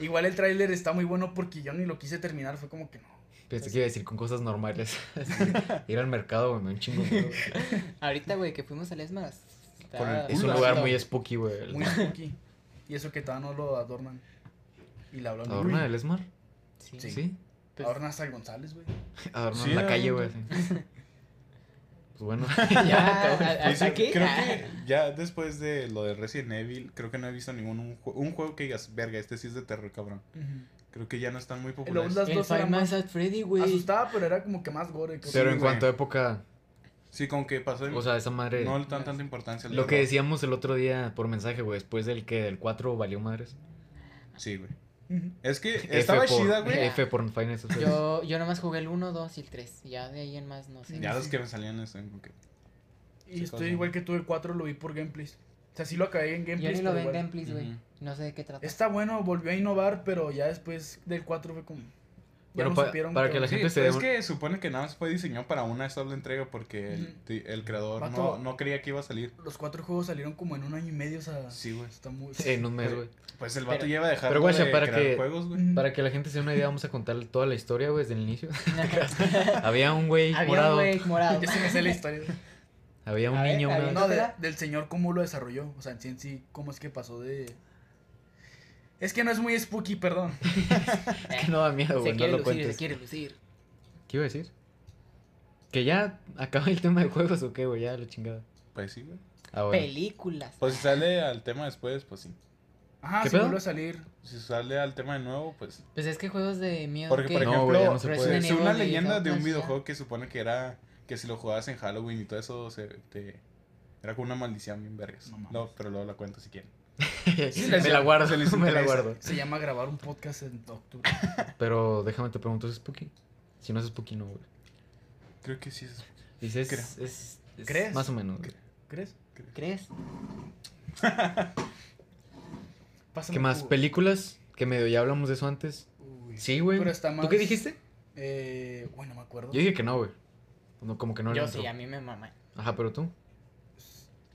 Speaker 2: igual el tráiler está muy bueno porque yo ni lo quise terminar, fue como que no.
Speaker 1: Pensé que iba a decir con cosas normales. Así, Ir al mercado, güey, me da un chingo. de miedo, güey.
Speaker 3: Ahorita, güey, que fuimos al Esmas. está-
Speaker 4: Con el-
Speaker 1: Es un
Speaker 4: Culo,
Speaker 1: lugar
Speaker 4: vato.
Speaker 1: muy spooky, güey.
Speaker 2: Muy spooky. Y eso que todavía no lo adornan. Y la hablan.
Speaker 1: ¿Adorna el Esmar?
Speaker 3: Sí.
Speaker 2: Sí.
Speaker 1: Sí.
Speaker 3: Pues,
Speaker 2: Adorna hasta el González, güey.
Speaker 1: Adornan
Speaker 4: Sí,
Speaker 1: la calle, güey.
Speaker 4: realmente.
Speaker 1: así. Pues bueno,
Speaker 3: Ya, a- a-
Speaker 4: Y sí,
Speaker 3: ¿hasta aquí?
Speaker 4: Creo
Speaker 3: Ah,
Speaker 4: que ya después de lo de Resident Evil, creo que no he visto ningún un, jue- un juego que digas, verga, este sí es de terror, cabrón. Creo que ya no están muy populares.
Speaker 2: Outlast-
Speaker 3: El
Speaker 2: dos eran
Speaker 3: Five Nights
Speaker 2: más
Speaker 3: at Freddy, güey.
Speaker 2: Asustaba, pero era como que más gore. creo.
Speaker 1: pero en
Speaker 4: güey.
Speaker 1: cuanto a época,
Speaker 4: Sí, con que pasó en-
Speaker 1: o sea, esa madre...
Speaker 4: no le dan tanta importancia. al
Speaker 1: Lo que
Speaker 4: terror.
Speaker 1: decíamos el otro día por mensaje, güey, después del que del 4 valió madres.
Speaker 4: Sí, güey.
Speaker 2: Ujú.
Speaker 4: Es que estaba
Speaker 1: F por-
Speaker 4: chida, güey.
Speaker 1: F por Final Fantasy.
Speaker 3: Yo, yo nomás jugué el 1, 2 y el 3. Ya de ahí en más no sé.
Speaker 4: Ya los que me salían eso, como que-
Speaker 2: Y
Speaker 4: Sí,
Speaker 2: estoy
Speaker 4: cosa.
Speaker 2: igual que tú, el 4 lo vi por gameplays. O sea, sí lo acabé en
Speaker 3: Yo
Speaker 2: gameplays.
Speaker 3: ni lo
Speaker 2: pero
Speaker 3: veo en
Speaker 2: igual.
Speaker 3: gameplays, güey.
Speaker 4: Ujú.
Speaker 3: No sé de qué trata.
Speaker 2: Está bueno, volvió a innovar, pero ya después del 4 fue como. Ya
Speaker 1: Pero
Speaker 2: no
Speaker 1: pa-
Speaker 2: supieron
Speaker 1: para
Speaker 2: qué
Speaker 1: que la
Speaker 2: onda.
Speaker 4: Sí,
Speaker 1: gente se
Speaker 4: pero
Speaker 1: dé
Speaker 4: es
Speaker 1: un-
Speaker 4: que supone que nada más fue diseñado para una sola entrega porque el,
Speaker 2: Ujú.
Speaker 4: ti- el creador
Speaker 2: Vato.
Speaker 4: no, no creía que iba a salir.
Speaker 2: Los cuatro juegos salieron como en un año y medio, o sea.
Speaker 4: Sí, güey.
Speaker 2: Está muy.
Speaker 1: En un mes, güey.
Speaker 4: Pues el vato
Speaker 3: Pero-
Speaker 4: lleva dejando
Speaker 1: pero, guacha,
Speaker 4: de
Speaker 1: para
Speaker 4: crear
Speaker 1: que-
Speaker 4: juegos, güey.
Speaker 2: Ujú.
Speaker 1: Para que la gente se dé una idea, vamos a contar toda la historia, güey, desde el inicio. Había un güey
Speaker 3: Había un
Speaker 1: morado.
Speaker 3: güey morado.
Speaker 2: Yo sí me sé la historia.
Speaker 1: Había un
Speaker 3: A ver,
Speaker 1: niño,
Speaker 3: había
Speaker 1: una-
Speaker 3: un-
Speaker 2: No, de-
Speaker 3: ¿Era?
Speaker 2: del señor, cómo lo desarrolló. O sea, en sí, en sí, cómo es que pasó de. Es que no es muy spooky, perdón.
Speaker 1: que no da miedo,
Speaker 3: se
Speaker 1: güey, no
Speaker 3: quiere
Speaker 1: lo
Speaker 3: lucir, se
Speaker 1: cuentes.
Speaker 3: quiere lucir.
Speaker 1: ¿Qué iba a decir? Que ya acaba el tema de juegos o qué, güey, ya la chingada.
Speaker 4: Pues sí, güey.
Speaker 1: Ah, bueno.
Speaker 3: Películas.
Speaker 4: Pues si sale al tema después, pues sí.
Speaker 2: Ajá,
Speaker 1: ¿Qué
Speaker 2: sí
Speaker 1: pedo?
Speaker 2: vuelve a salir.
Speaker 4: Si sale al tema de nuevo, pues.
Speaker 3: Pues es que juegos de miedo.
Speaker 4: Porque,
Speaker 3: que-
Speaker 4: por
Speaker 1: No,
Speaker 4: ejemplo,
Speaker 1: güey, ya no se
Speaker 4: pues,
Speaker 1: puede.
Speaker 4: es una
Speaker 3: Resident Evil,
Speaker 4: leyenda de un
Speaker 3: Outlast,
Speaker 4: videojuego que supone que era. Que si lo jugabas en Halloween y todo eso, se, te, era como una maldición bien vergas.
Speaker 2: No
Speaker 4: No,
Speaker 2: mames.
Speaker 4: pero luego la cuento si quieren.
Speaker 1: me la guardo,
Speaker 4: se les
Speaker 1: me la
Speaker 4: interesa.
Speaker 1: guardo.
Speaker 2: Se llama grabar un podcast en octubre.
Speaker 1: Pero déjame te pregunto, ¿es Spooky? Si no es Spooky, no, güey.
Speaker 4: Creo que sí es.
Speaker 1: Dices,
Speaker 4: Creo.
Speaker 1: es, es- es
Speaker 2: ¿Crees?
Speaker 1: Más o menos. güey.
Speaker 2: ¿Crees?
Speaker 3: ¿Crees?
Speaker 2: Pásame
Speaker 1: ¿Qué
Speaker 2: el
Speaker 1: más?
Speaker 2: jugo.
Speaker 1: ¿Películas? Que medio ya hablamos de eso antes.
Speaker 2: Uy.
Speaker 1: Sí, güey.
Speaker 2: Pero está
Speaker 1: ¿Tú qué
Speaker 2: más-
Speaker 1: dijiste?
Speaker 2: Eh, bueno, me acuerdo.
Speaker 1: Yo dije que no, güey. No, como que no le
Speaker 3: Yo
Speaker 1: entro.
Speaker 3: sí, a mí me maman.
Speaker 1: Ajá, pero tú.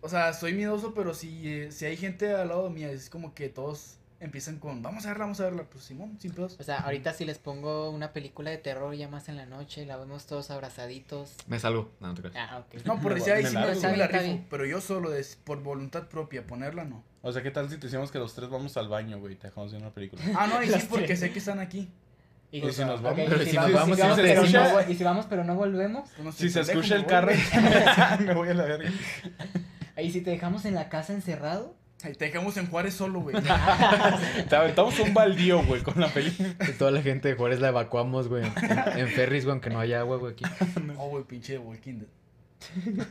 Speaker 2: O sea, soy miedoso, pero si, eh, si hay gente al lado mía, es como que todos empiezan con, vamos a verla, vamos a verla. Pues Simón, sin pedos.
Speaker 3: O sea, ahorita si les pongo una película de terror ya más en la noche, la vemos todos abrazaditos.
Speaker 1: Me salgo. No, no te creas.
Speaker 3: Ah, ok.
Speaker 2: No, por
Speaker 4: Me
Speaker 2: decir, ahí
Speaker 4: me
Speaker 2: sí
Speaker 4: largo,
Speaker 2: me, sí me
Speaker 3: güey.
Speaker 2: la
Speaker 3: Está
Speaker 2: rifo.
Speaker 3: bien.
Speaker 2: Pero yo solo, des- por voluntad propia, ponerla no.
Speaker 4: O sea, ¿qué tal si te decíamos que los tres vamos al baño, güey? y Te dejamos ver una película.
Speaker 2: Ah, no, y
Speaker 3: Las
Speaker 2: sí, porque
Speaker 3: tres.
Speaker 2: sé que están aquí.
Speaker 3: Y,
Speaker 4: Pues si nos
Speaker 3: ok,
Speaker 4: vamos,
Speaker 3: y
Speaker 1: pero si nos vamos,
Speaker 3: si
Speaker 1: si se
Speaker 3: pero
Speaker 4: escucha-
Speaker 3: no vol- y si vamos pero no volvemos,
Speaker 2: Pues no sé,
Speaker 4: Si se
Speaker 2: pendejo,
Speaker 4: escucha
Speaker 2: me
Speaker 4: el
Speaker 2: voy,
Speaker 4: carro,
Speaker 2: güey.
Speaker 4: me voy a la verga.
Speaker 3: y si te dejamos en la casa encerrado,
Speaker 2: Ay, te dejamos en Juárez solo, güey.
Speaker 4: Te aventamos un baldío, güey, con la película.
Speaker 1: Que Toda la gente de Juárez la evacuamos, güey. En, en ferries, güey, aunque no haya agua, güey, aquí.
Speaker 2: Oh, güey, pinche Walking Dead.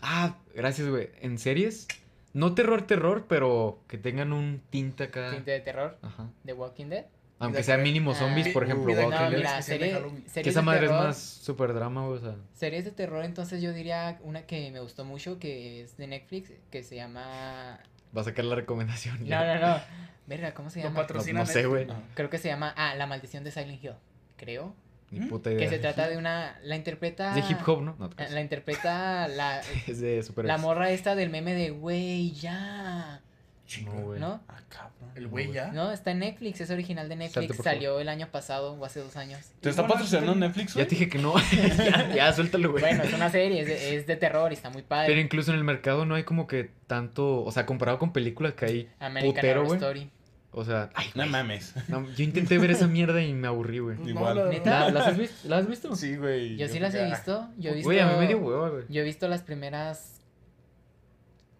Speaker 1: Ah, gracias, güey. En series, no terror, terror, pero que tengan un tinte acá.
Speaker 3: tinte de terror,
Speaker 1: Ajá.
Speaker 3: de Walking Dead.
Speaker 1: Aunque sea mínimo zombies, por
Speaker 2: Ah,
Speaker 1: ejemplo,
Speaker 2: uh,
Speaker 1: Walking
Speaker 3: No,
Speaker 2: Walking Dead.
Speaker 3: mira,
Speaker 2: Especial de
Speaker 3: serie-
Speaker 2: Halloween.
Speaker 1: Dead.
Speaker 3: series
Speaker 1: Que esa
Speaker 3: de
Speaker 1: madre es
Speaker 3: terror-
Speaker 1: más super drama, güey. O sea,
Speaker 3: Series de terror, entonces yo diría una que me gustó mucho, que es de Netflix, que se llama...
Speaker 1: va a sacar la recomendación.
Speaker 3: No,
Speaker 1: ya.
Speaker 3: no, no. Verga, ¿cómo se
Speaker 2: Lo
Speaker 3: llama?
Speaker 1: No,
Speaker 2: patrocina
Speaker 1: no sé, güey.
Speaker 2: Netflix.
Speaker 3: Creo que se llama... Ah, La Maldición de Silent Hill, creo.
Speaker 1: Ni
Speaker 2: ¿Mm?
Speaker 1: puta
Speaker 3: Que se
Speaker 1: idea.
Speaker 3: trata de una... La interpreta...
Speaker 1: Es de hip hop, ¿no? No te
Speaker 3: eh,
Speaker 1: creas.
Speaker 3: La interpreta la,
Speaker 1: Es de super.
Speaker 3: la morra esta del meme de, güey, ya.
Speaker 1: No, güey.
Speaker 3: ¿No?
Speaker 4: Ah, cabrón.
Speaker 2: El güey ya.
Speaker 3: No, está en Netflix, es original de Netflix,
Speaker 1: por favor.
Speaker 3: salió el año pasado o hace dos años.
Speaker 4: ¿Te está
Speaker 2: Bueno,
Speaker 4: patrocinando
Speaker 2: sí.
Speaker 4: Netflix,
Speaker 1: Ya
Speaker 4: güey?
Speaker 1: te dije que no. ya, ya, suéltalo, güey.
Speaker 3: Bueno, es una serie, es de, es de terror y está muy padre.
Speaker 1: Pero incluso en el mercado no hay como que tanto. O sea, comparado con películas que hay.
Speaker 3: American
Speaker 1: putero,
Speaker 3: Horror
Speaker 1: güey.
Speaker 3: Story.
Speaker 1: O sea, ay,
Speaker 4: No mames.
Speaker 1: no, yo intenté ver esa mierda y me aburrí, güey.
Speaker 2: Pues
Speaker 4: Igual.
Speaker 2: la-
Speaker 3: ¿Neta?
Speaker 1: ¿La- ¿Las has visto? ¿La has visto?
Speaker 4: Sí, güey.
Speaker 3: Yo sí
Speaker 4: creo
Speaker 3: las
Speaker 4: que-
Speaker 3: he visto, yo he visto...
Speaker 1: ah, Güey, a mí me dio hueva, güey.
Speaker 3: Yo he visto las primeras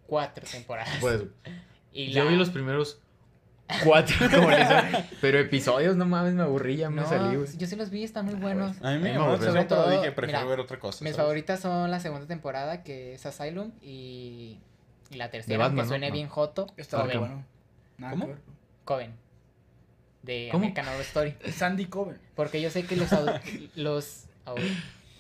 Speaker 3: cuatro temporadas.
Speaker 1: Pues,
Speaker 3: y
Speaker 1: yo
Speaker 3: la-
Speaker 1: vi los primeros cuatro, como le dicen, pero episodios, no mames, me aburrí, ya me
Speaker 3: No,
Speaker 1: salí, güey. Ah,
Speaker 3: yo sí los vi, están muy buenos.
Speaker 4: A mí
Speaker 1: A mí me
Speaker 4: me llamó la
Speaker 1: aburrió.
Speaker 4: atención, pero
Speaker 3: Sobre todo,
Speaker 4: dije, prefiero
Speaker 3: mira,
Speaker 4: ver otra cosa.
Speaker 3: Mis
Speaker 4: ¿sabes?
Speaker 3: favoritas son la segunda temporada, que es Asylum, y, y la tercera,
Speaker 1: Batman,
Speaker 3: que
Speaker 1: ¿no?
Speaker 3: suene
Speaker 1: No.
Speaker 3: bien joto,
Speaker 2: Estaba
Speaker 1: Arkham.
Speaker 2: bueno. Nada
Speaker 4: ¿Cómo?
Speaker 2: que ver.
Speaker 3: Coven. De
Speaker 1: ¿Cómo?
Speaker 3: American Horror Story.
Speaker 2: Sandy Coven.
Speaker 3: Porque yo sé que los... adu- los au-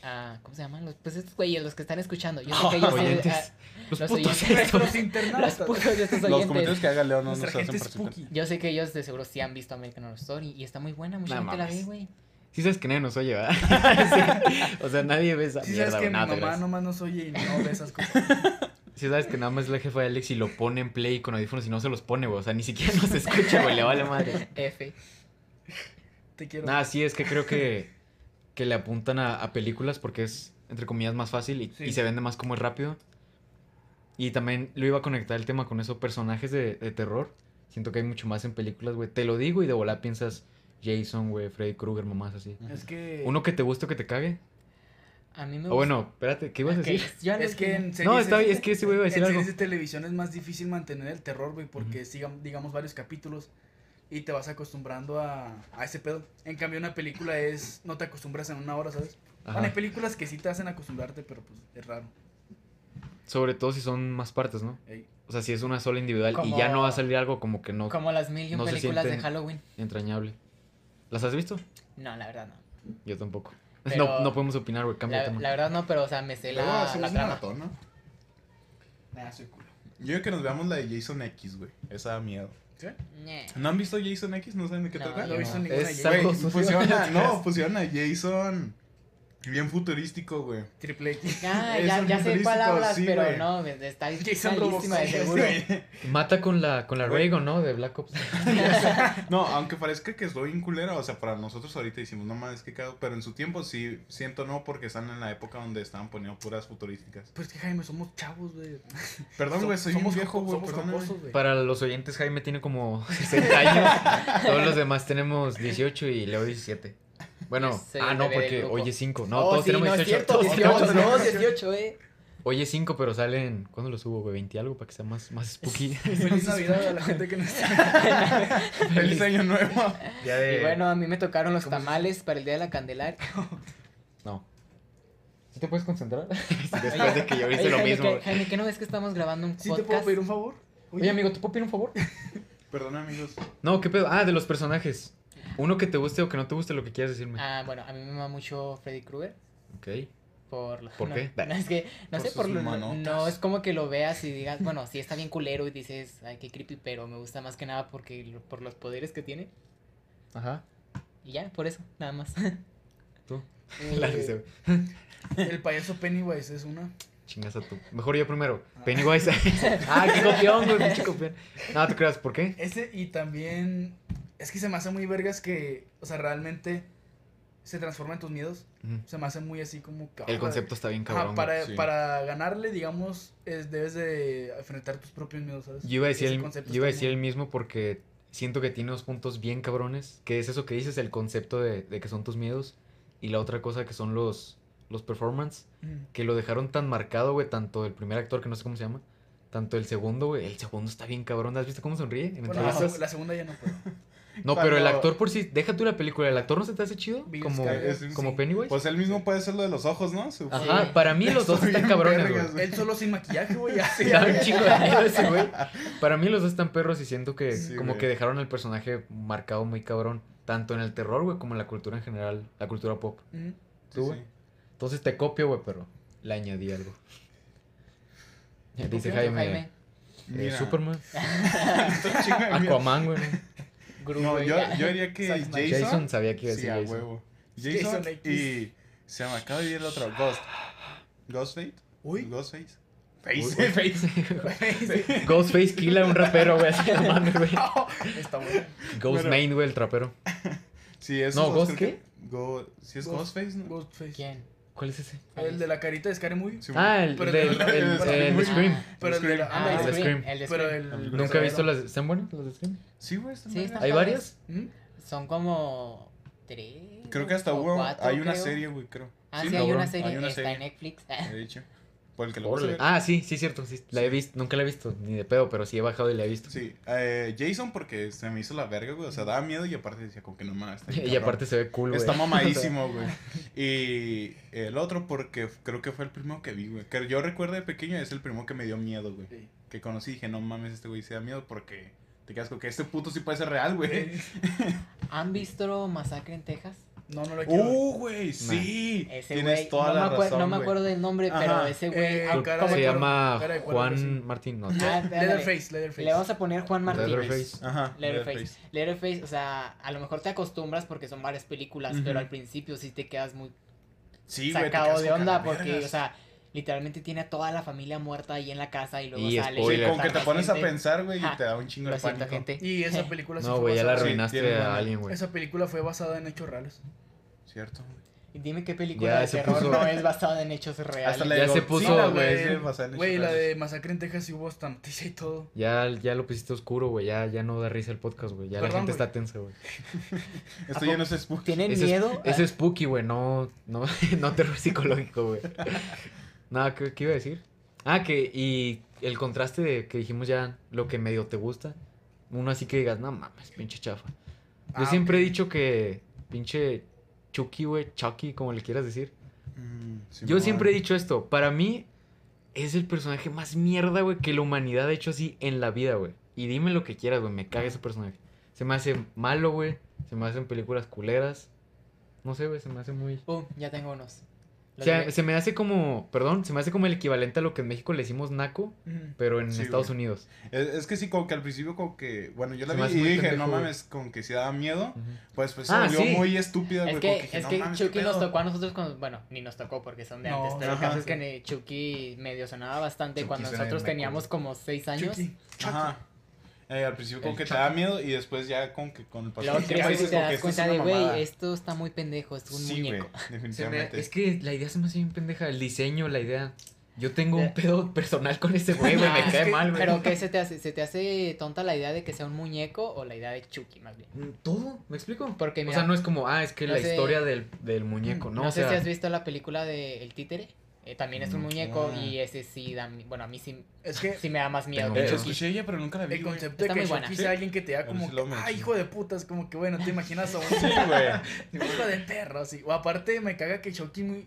Speaker 3: ah, ¿Cómo se llaman? Los, pues estos güeyes, los que están escuchando. Yo sé que ellos...
Speaker 1: Oyentes. Los
Speaker 3: los
Speaker 1: putos
Speaker 3: oyentes.
Speaker 1: estos.
Speaker 2: Nuestros
Speaker 3: ah, los
Speaker 2: internautas.
Speaker 3: putos de estos
Speaker 4: Los comentarios
Speaker 3: oyentes.
Speaker 4: que haga Leo no nos
Speaker 2: Nuestra
Speaker 4: hacen
Speaker 2: gente
Speaker 4: por su
Speaker 2: spooky.
Speaker 3: Yo sé que ellos de seguro sí han visto American Horror Story y está muy buena, mucha
Speaker 1: No
Speaker 3: gente la ve,
Speaker 1: mames.
Speaker 3: güey.
Speaker 1: Sí sabes que nadie nos oye, ¿verdad? Sí. O sea, nadie ve esa
Speaker 2: Sí, sabes
Speaker 1: mierda,
Speaker 2: que
Speaker 1: güey,
Speaker 2: mi
Speaker 1: nada, te
Speaker 2: mamá
Speaker 1: creas.
Speaker 2: nomás nos oye y no ve esas cosas.
Speaker 1: Sí sabes que nada más la jefa de Alex y lo pone en play con audífonos y no se los pone, güey. O sea, ni siquiera nos escucha, güey, le vale madre.
Speaker 3: F.
Speaker 2: Te quiero.
Speaker 1: Nada, sí, es que creo que, que le apuntan a, a películas porque es, entre comillas, más fácil y,
Speaker 2: Sí.
Speaker 1: y se vende más como es rápido. Y también lo iba a conectar el tema con esos personajes de, de terror. Siento que hay mucho más en películas, güey. Te lo digo y de volar piensas Jason, güey, Freddy Krueger, mamás así.
Speaker 4: Ujú.
Speaker 2: Es que.
Speaker 1: Uno que te guste o que te cague.
Speaker 3: A mí me
Speaker 1: O bueno, espérate, ¿qué ibas a
Speaker 3: Ok,
Speaker 1: decir?
Speaker 3: yo al
Speaker 2: Es que
Speaker 3: último.
Speaker 2: en series,
Speaker 1: No, está bien, es que sí, güey, iba a decir
Speaker 2: en
Speaker 1: algo.
Speaker 2: series de televisión es más difícil mantener el terror, güey, porque sigan, digamos, varios capítulos y te vas acostumbrando a, a ese pedo. En cambio, una película es, no te acostumbras en una hora, ¿sabes? Bueno, hay
Speaker 1: Ajá.
Speaker 2: películas que sí te hacen acostumbrarte, pero pues es raro.
Speaker 1: Sobre todo si son más partes, ¿no?
Speaker 2: Ey.
Speaker 1: O sea, si es una sola individual y
Speaker 3: Como-
Speaker 1: ya no va a salir algo como que no
Speaker 3: Como las mil y un
Speaker 1: no se
Speaker 3: películas de
Speaker 1: sienten-
Speaker 3: Halloween.
Speaker 1: entrañable. ¿Las has visto?
Speaker 3: No, la verdad no.
Speaker 1: Yo tampoco.
Speaker 3: Pero-
Speaker 1: No, no podemos opinar, güey, cambia de
Speaker 3: La,
Speaker 1: tema.
Speaker 3: la verdad no, pero o sea, me sé
Speaker 4: Luego
Speaker 3: la,
Speaker 4: hacemos
Speaker 3: la
Speaker 4: un
Speaker 3: trama.
Speaker 4: maratón, ¿no?
Speaker 2: Nah, soy culo.
Speaker 4: Yo creo que nos veamos la de Jason X, güey. Esa da miedo.
Speaker 2: ¿Sí?
Speaker 3: Ñe.
Speaker 4: ¿No han visto Jason X? ¿No saben de qué
Speaker 3: No,
Speaker 4: trata?
Speaker 2: No he visto
Speaker 3: no.
Speaker 2: ninguna.
Speaker 1: Es
Speaker 2: Jay.
Speaker 1: algo-
Speaker 4: Güey,
Speaker 1: Saludos,
Speaker 4: fusiona, no, fusiona Jason. Bien futurístico, güey.
Speaker 2: Triple X.
Speaker 3: Ah,
Speaker 4: Es
Speaker 3: ya,
Speaker 4: un
Speaker 3: ya sé
Speaker 4: futurístico,
Speaker 3: palabras,
Speaker 4: sí,
Speaker 3: pero
Speaker 4: güey.
Speaker 3: no, me- está
Speaker 2: Jason
Speaker 3: malísima de
Speaker 2: Robots.
Speaker 3: seguro.
Speaker 1: Mata con la, con la
Speaker 4: Güey.
Speaker 1: Reagan, ¿no? De Black Ops.
Speaker 4: No, aunque parezca que estoy bien culera, o sea, para nosotros ahorita decimos, no mames, que cago. Pero en su tiempo sí, siento no, porque están en la época donde estaban poniendo puras futurísticas.
Speaker 2: Pues que Jaime, somos chavos, güey.
Speaker 4: Perdón,
Speaker 2: So-
Speaker 4: güey, soy un
Speaker 2: somos
Speaker 4: viejo,
Speaker 2: joco-
Speaker 4: güey,
Speaker 2: Somos
Speaker 4: perdóname.
Speaker 2: jocosos, güey.
Speaker 1: Para los oyentes, Jaime tiene como 60 años. Todos los demás tenemos 18 y Leo 17. Bueno,
Speaker 3: Soy
Speaker 1: ah,
Speaker 3: el
Speaker 1: no,
Speaker 3: bebé del
Speaker 1: porque
Speaker 3: grupo.
Speaker 1: hoy es 5. No,
Speaker 3: Oh,
Speaker 1: todos
Speaker 3: sí,
Speaker 1: tenemos
Speaker 3: no es
Speaker 1: 18.
Speaker 3: cierto,
Speaker 1: Todos tenemos
Speaker 3: 18, no, 18, eh.
Speaker 1: Hoy es 5, pero salen. ¿Cuándo lo subo, güey? 20 algo para que sea más, más spooky.
Speaker 2: Feliz Navidad a la gente que nos está.
Speaker 4: Feliz año nuevo.
Speaker 1: Ya de.
Speaker 3: Y bueno, a mí me tocaron los
Speaker 2: ¿Cómo se-
Speaker 3: tamales para el Día de la Candelaria.
Speaker 1: No. ¿Sí te puedes concentrar? Después de que yo hice
Speaker 3: Oye,
Speaker 1: lo
Speaker 3: Jaime,
Speaker 1: mismo.
Speaker 3: ¿qué-
Speaker 1: güey.
Speaker 3: Jaime, ¿qué no ves que estamos grabando un
Speaker 2: ¿Sí te
Speaker 3: podcast?
Speaker 2: puedo pedir un favor?
Speaker 1: Oye, amigo, ¿te puedo pedir un favor?
Speaker 4: Perdón, amigos.
Speaker 1: No, ¿qué pedo? Ah, de los personajes. Uno que te guste o que no te guste, lo que quieras decirme.
Speaker 3: Ah, bueno, a mí me mama mucho Freddy Krueger.
Speaker 1: Ok.
Speaker 3: Por,
Speaker 1: ¿Por
Speaker 3: no,
Speaker 1: qué?
Speaker 3: no, es que, no
Speaker 4: Por
Speaker 3: sé, por
Speaker 4: sus
Speaker 3: lo, no,
Speaker 4: manotas.
Speaker 3: no es como que lo veas y digas, bueno, sí está bien culero y dices, ay, qué creepy, pero me gusta más que nada porque lo- por los poderes que tiene.
Speaker 1: Ajá.
Speaker 3: Y ya, por eso, nada más.
Speaker 1: Tú.
Speaker 2: Eh,
Speaker 1: La risa, güey.
Speaker 2: El payaso Pennywise es una.
Speaker 1: Chingas a tú. Mejor yo primero.
Speaker 2: Ah.
Speaker 1: Pennywise. ah, qué copión, güey. Pinche copión. No, te creas, ¿por qué?
Speaker 2: Ese y también. Es que se me hace muy vergas que. O sea, realmente. Se transforma en tus miedos.
Speaker 1: Ujú.
Speaker 2: Se me hace muy así como. que,
Speaker 1: Mm. El
Speaker 2: ah,
Speaker 1: concepto está bien
Speaker 2: ajá,
Speaker 1: cabrón. güey.
Speaker 2: para,
Speaker 4: sí.
Speaker 2: para ganarle, digamos, es- debes de enfrentar tus propios miedos, ¿sabes?
Speaker 1: Yo iba a decir,
Speaker 2: Ese
Speaker 1: el,
Speaker 2: concepto
Speaker 1: yo iba a
Speaker 2: está
Speaker 1: decir el mismo porque siento que tiene unos puntos bien cabrones. Que es eso que dices, el concepto de, de que son tus miedos. Y la otra cosa que son los, los performance.
Speaker 2: muy- Mm.
Speaker 1: Que lo dejaron tan marcado, güey. Tanto el primer actor, que no sé cómo se llama. Tanto el segundo, güey. El segundo está bien cabrón. ¿Has visto cómo sonríe? en
Speaker 2: Bueno, la,
Speaker 1: entrevistas?
Speaker 2: seg- la segunda ya no puedo.
Speaker 1: no, pero el
Speaker 4: cuando-
Speaker 1: actor por sí. Deja tú la película. ¿El actor no se te hace chido?
Speaker 2: Bill
Speaker 1: Como,
Speaker 2: Skarsgård,
Speaker 1: como
Speaker 2: sí.
Speaker 1: Pennywise.
Speaker 4: Pues él mismo puede ser lo de los ojos, ¿no? Su-
Speaker 1: Ajá,
Speaker 3: Sí.
Speaker 1: para mí los dos
Speaker 4: Está
Speaker 1: están
Speaker 4: bien
Speaker 1: cabrones,
Speaker 4: vergas,
Speaker 1: güey.
Speaker 4: güey.
Speaker 2: Él solo sin maquillaje, güey. ya.
Speaker 1: Da un chingo de miedo ese güey. Para mí los dos están perros y siento que
Speaker 4: Sí,
Speaker 1: como
Speaker 4: güey.
Speaker 1: que dejaron el personaje marcado muy cabrón. Tanto en el terror, güey, como en la cultura en general, la cultura pop.
Speaker 2: Mm.
Speaker 4: Sí,
Speaker 1: Tú, güey.
Speaker 4: sí.
Speaker 1: Entonces te copio, güey, pero le añadí algo. Dice
Speaker 3: Tú,
Speaker 1: Jaime, eh,
Speaker 4: Mira,
Speaker 1: Superman,
Speaker 4: está chingo de miedo.
Speaker 1: Aquaman, güey.
Speaker 3: Gru,
Speaker 4: No,
Speaker 3: güey,
Speaker 4: yo,
Speaker 3: ya.
Speaker 4: yo diría que
Speaker 2: Zack Snyder.
Speaker 4: Jason.
Speaker 1: Jason sabía que iba a
Speaker 4: Sí,
Speaker 1: decir
Speaker 4: a
Speaker 1: Jason.
Speaker 4: huevo.
Speaker 2: Jason
Speaker 4: Jason
Speaker 2: X.
Speaker 4: y. Se llama, acaba de ir el otro. Ghost. Ghostfate.
Speaker 2: Uy.
Speaker 4: Ghostface.
Speaker 1: Uy,
Speaker 4: Face.
Speaker 1: güey.
Speaker 4: Face.
Speaker 1: Ghostface Killa, un rapero, güey, así no mames, güey.
Speaker 2: Está bueno.
Speaker 1: Ghost
Speaker 4: Bueno.
Speaker 1: Main, güey, el trapero.
Speaker 4: Sí, es.
Speaker 1: No, ¿Ghost
Speaker 4: si es
Speaker 2: Ghost-
Speaker 4: Ghostface, ¿no?
Speaker 2: Ghostface.
Speaker 3: ¿Quién?
Speaker 1: ¿Cuál es ese?
Speaker 2: El de la carita de Scary Movie.
Speaker 4: Sí,
Speaker 1: Ah, el,
Speaker 2: Pero
Speaker 1: de- el,
Speaker 2: el-
Speaker 1: el-
Speaker 2: el-
Speaker 1: el Scream.
Speaker 3: Ah,
Speaker 2: Pero el de la.
Speaker 3: Ah,
Speaker 1: el
Speaker 2: ándale,
Speaker 1: de
Speaker 2: güey.
Speaker 1: Scream.
Speaker 3: El de
Speaker 2: Pero
Speaker 3: Scream.
Speaker 2: el.
Speaker 1: Nunca he visto las... ¿Están buenas las de Scream?
Speaker 4: Sí, güey, está
Speaker 3: Sí,
Speaker 4: muy
Speaker 3: está-
Speaker 4: bien.
Speaker 1: ¿Hay
Speaker 3: padres.
Speaker 1: varias?
Speaker 2: ¿Mm?
Speaker 3: Son como tres.
Speaker 4: Creo que hasta
Speaker 3: o
Speaker 4: hubo.
Speaker 3: cuatro,
Speaker 4: Hay una
Speaker 3: creo.
Speaker 4: serie, güey, creo.
Speaker 3: Ah, sí,
Speaker 4: Sí,
Speaker 3: hay
Speaker 1: cabrón,
Speaker 3: una serie.
Speaker 4: hay una
Speaker 3: está
Speaker 4: serie.
Speaker 3: en Netflix.
Speaker 4: De hecho. Por el que lo
Speaker 1: Órale.
Speaker 4: puse.
Speaker 1: Ah, sí, sí, cierto. Sí, la he visto. Nunca la he visto, ni de pedo, pero sí he bajado y la he visto.
Speaker 4: Sí, eh, Jason porque se me hizo la verga, güey. O sea, daba miedo y aparte decía, como que no mames. está
Speaker 1: Y
Speaker 4: bien cabrón.
Speaker 1: aparte se ve cool, güey.
Speaker 4: Está mamadísimo, güey. Y el otro porque f- creo que fue el primero que vi, güey. Que yo recuerdo de pequeño es el primero que me dio miedo, güey.
Speaker 2: Sí.
Speaker 4: Que conocí y dije, no mames, este güey se da miedo porque te quedas con que este puto sí puede ser real, güey.
Speaker 3: ¿Han visto Masacre en Texas?
Speaker 2: No, no lo quiero. ver.
Speaker 4: ¡Uh, güey! Sí.
Speaker 3: Ese
Speaker 4: Tienes
Speaker 3: güey.
Speaker 4: toda
Speaker 3: No,
Speaker 4: la
Speaker 3: me acuer-
Speaker 4: razón,
Speaker 3: no me
Speaker 4: güey.
Speaker 3: acuerdo del nombre, pero
Speaker 4: Ajá.
Speaker 3: ese güey.
Speaker 2: Eh,
Speaker 3: ah,
Speaker 1: Creo- se
Speaker 2: cara de cuervo,
Speaker 1: llama
Speaker 2: cara de cuervo,
Speaker 1: Juan
Speaker 2: algo así.
Speaker 1: Martín. No,
Speaker 3: Ah, ándale.
Speaker 2: Leatherface, Leatherface.
Speaker 3: Le vamos a poner Juan Martínez.
Speaker 1: Leatherface.
Speaker 4: Ajá.
Speaker 3: Letterface. Letterface, o sea, a lo mejor te acostumbras porque son varias películas,
Speaker 4: Ujú.
Speaker 3: pero al principio sí te quedas muy
Speaker 4: Sí, güey. te
Speaker 3: sacado
Speaker 4: quedas
Speaker 3: de
Speaker 4: con que,
Speaker 3: onda
Speaker 4: "Ah,
Speaker 3: porque,
Speaker 4: vergas".
Speaker 3: o sea, literalmente tiene a toda la familia muerta ahí en la casa y luego
Speaker 1: Y
Speaker 3: sale.
Speaker 4: Sí,
Speaker 1: spoiler.
Speaker 4: con que te
Speaker 3: tanta
Speaker 4: pones a
Speaker 3: gente.
Speaker 4: pensar, güey, y
Speaker 3: Ajá.
Speaker 4: te da un chingo
Speaker 3: Lo
Speaker 4: de
Speaker 3: siento,
Speaker 4: pánico.
Speaker 3: gente.
Speaker 2: Y esa película sí
Speaker 1: No,
Speaker 2: fue
Speaker 1: güey, ya la
Speaker 2: basada-
Speaker 4: Sí,
Speaker 1: arruinaste
Speaker 4: tiene
Speaker 1: a
Speaker 4: buena-
Speaker 1: alguien, güey.
Speaker 2: Esa película fue basada en hechos reales.
Speaker 4: Cierto, güey.
Speaker 3: Dime qué película
Speaker 1: Ya
Speaker 3: de
Speaker 1: se
Speaker 3: terror
Speaker 1: puso-
Speaker 3: no es basada en hechos reales.
Speaker 4: Hasta la
Speaker 1: Ya
Speaker 4: de
Speaker 1: se
Speaker 4: Godzilla,
Speaker 1: puso,
Speaker 4: güey.
Speaker 2: güey.
Speaker 4: es de basada en
Speaker 2: Güey,
Speaker 4: hechos
Speaker 2: la
Speaker 4: reales.
Speaker 2: de Masacre en Texas y hubo hasta noticia y todo.
Speaker 1: Ya, ya lo pusiste oscuro, güey. Ya, ya no da risa el podcast, güey. Ya la
Speaker 2: Perdón,
Speaker 1: gente
Speaker 2: güey.
Speaker 1: está tensa, güey.
Speaker 4: Esto ya no es spooky.
Speaker 3: ¿Tienen
Speaker 1: Ese es-
Speaker 3: miedo?
Speaker 1: Ese es spooky, güey. No, no, no terror psicológico, güey. Nada, ¿qué, qué iba a decir? Ah, que, y el contraste de que dijimos ya lo que medio te gusta. Uno así que digas, no mames, pinche chafa. Yo
Speaker 2: Ah,
Speaker 1: siempre
Speaker 2: ok.
Speaker 1: he dicho que pinche Chucky, güey, Chucky, como le quieras decir.
Speaker 4: Mm, sí,
Speaker 1: Yo
Speaker 4: no,
Speaker 1: siempre he
Speaker 4: eh.
Speaker 1: dicho esto. Para mí es el personaje más mierda, güey, que la humanidad ha hecho así en la vida, güey. Y dime lo que quieras, güey. Me caga ese personaje. Se me hace malo, güey. Se me hacen películas culeras. No sé, güey. Se me hace muy...
Speaker 3: Uh, ya tengo unos.
Speaker 1: O
Speaker 3: Los
Speaker 1: sea,
Speaker 3: de-
Speaker 1: se me hace como... Perdón, se me hace como el equivalente a lo que en México le decimos naco,
Speaker 3: Ujú.
Speaker 1: pero en
Speaker 4: Sí,
Speaker 1: Estados
Speaker 4: güey.
Speaker 1: Unidos.
Speaker 4: Es, es que sí, como que al principio, como que. Bueno, yo la
Speaker 1: Se me
Speaker 4: vi
Speaker 1: hace
Speaker 4: y
Speaker 1: muy
Speaker 4: dije,
Speaker 1: pendejo,
Speaker 4: no
Speaker 1: güey.
Speaker 4: mames, con que si daba miedo. Pues, pues
Speaker 1: Ah,
Speaker 4: se volvió
Speaker 1: sí.
Speaker 4: muy estúpida, güey.
Speaker 3: Es
Speaker 4: como que
Speaker 3: que,
Speaker 4: dije,
Speaker 3: es
Speaker 4: "No
Speaker 3: que
Speaker 4: mames, qué
Speaker 3: Chucky nos
Speaker 4: pedo".
Speaker 3: tocó a nosotros con... Bueno, ni nos tocó porque son de
Speaker 2: No,
Speaker 3: antes, pero el
Speaker 4: ajá,
Speaker 3: caso es
Speaker 4: sí.
Speaker 3: que ne- Chucky medio sonaba bastante
Speaker 4: Chucky
Speaker 3: cuando
Speaker 4: suena bien
Speaker 3: nosotros
Speaker 4: meco,
Speaker 3: teníamos
Speaker 4: güey.
Speaker 3: como seis años.
Speaker 2: Chucky.
Speaker 4: Ajá. Eh, al principio, como
Speaker 3: El
Speaker 4: que te
Speaker 3: Chucky.
Speaker 4: da miedo y después ya, como Pues que con el
Speaker 3: Luego
Speaker 4: paso del
Speaker 3: te
Speaker 4: tiempo
Speaker 3: das-
Speaker 4: dices,
Speaker 3: te
Speaker 4: como que
Speaker 3: das
Speaker 4: esto es
Speaker 3: cuenta
Speaker 4: una
Speaker 3: de,
Speaker 4: mamada.
Speaker 3: güey, esto está muy pendejo, esto es un
Speaker 4: Sí, güey,
Speaker 3: muñeco.
Speaker 1: Se me-
Speaker 4: definitivamente.
Speaker 1: es que la idea se me hace bien pendeja. El diseño, la idea... Yo tengo un
Speaker 3: Ya.
Speaker 1: pedo personal con ese güey, güey.
Speaker 3: Ah,
Speaker 1: Me
Speaker 3: es
Speaker 1: cae
Speaker 3: que-
Speaker 1: mal, güey.
Speaker 3: Pero ¿qué se te hace? ¿Se te hace tonta la idea de que sea un muñeco o la idea de Chucky más bien?
Speaker 1: Todo, ¿me explico?
Speaker 3: Porque
Speaker 1: O
Speaker 3: mira,
Speaker 1: sea, no es como, ah, es que
Speaker 3: no
Speaker 1: la
Speaker 3: sé-
Speaker 1: historia del, del
Speaker 4: Mm,
Speaker 1: muñeco, ¿no?
Speaker 3: No
Speaker 1: o
Speaker 3: sé
Speaker 1: sea,
Speaker 3: si has visto la película de El Títere. eh, también es un
Speaker 4: Mm,
Speaker 3: muñeco
Speaker 4: ah.
Speaker 3: y ese sí da. mi- Bueno, a mí sí,
Speaker 2: Es que
Speaker 3: sí me da más miedo.
Speaker 1: Tengo
Speaker 3: que
Speaker 4: Eh,
Speaker 1: mucho.
Speaker 3: Chucky.
Speaker 4: escuché ella, pero nunca la vi.
Speaker 2: el
Speaker 4: güey.
Speaker 2: concepto de
Speaker 3: Está
Speaker 2: que
Speaker 3: muy buena.
Speaker 2: Chucky sea alguien que te da
Speaker 4: Pero
Speaker 2: como,
Speaker 4: sí lo
Speaker 2: que, ay,
Speaker 4: mencioné.
Speaker 2: hijo de puta, es como que, bueno, te imaginas a un
Speaker 4: Sí, güey.
Speaker 2: hijo de perro, así. O aparte, me caga que Chucky muy...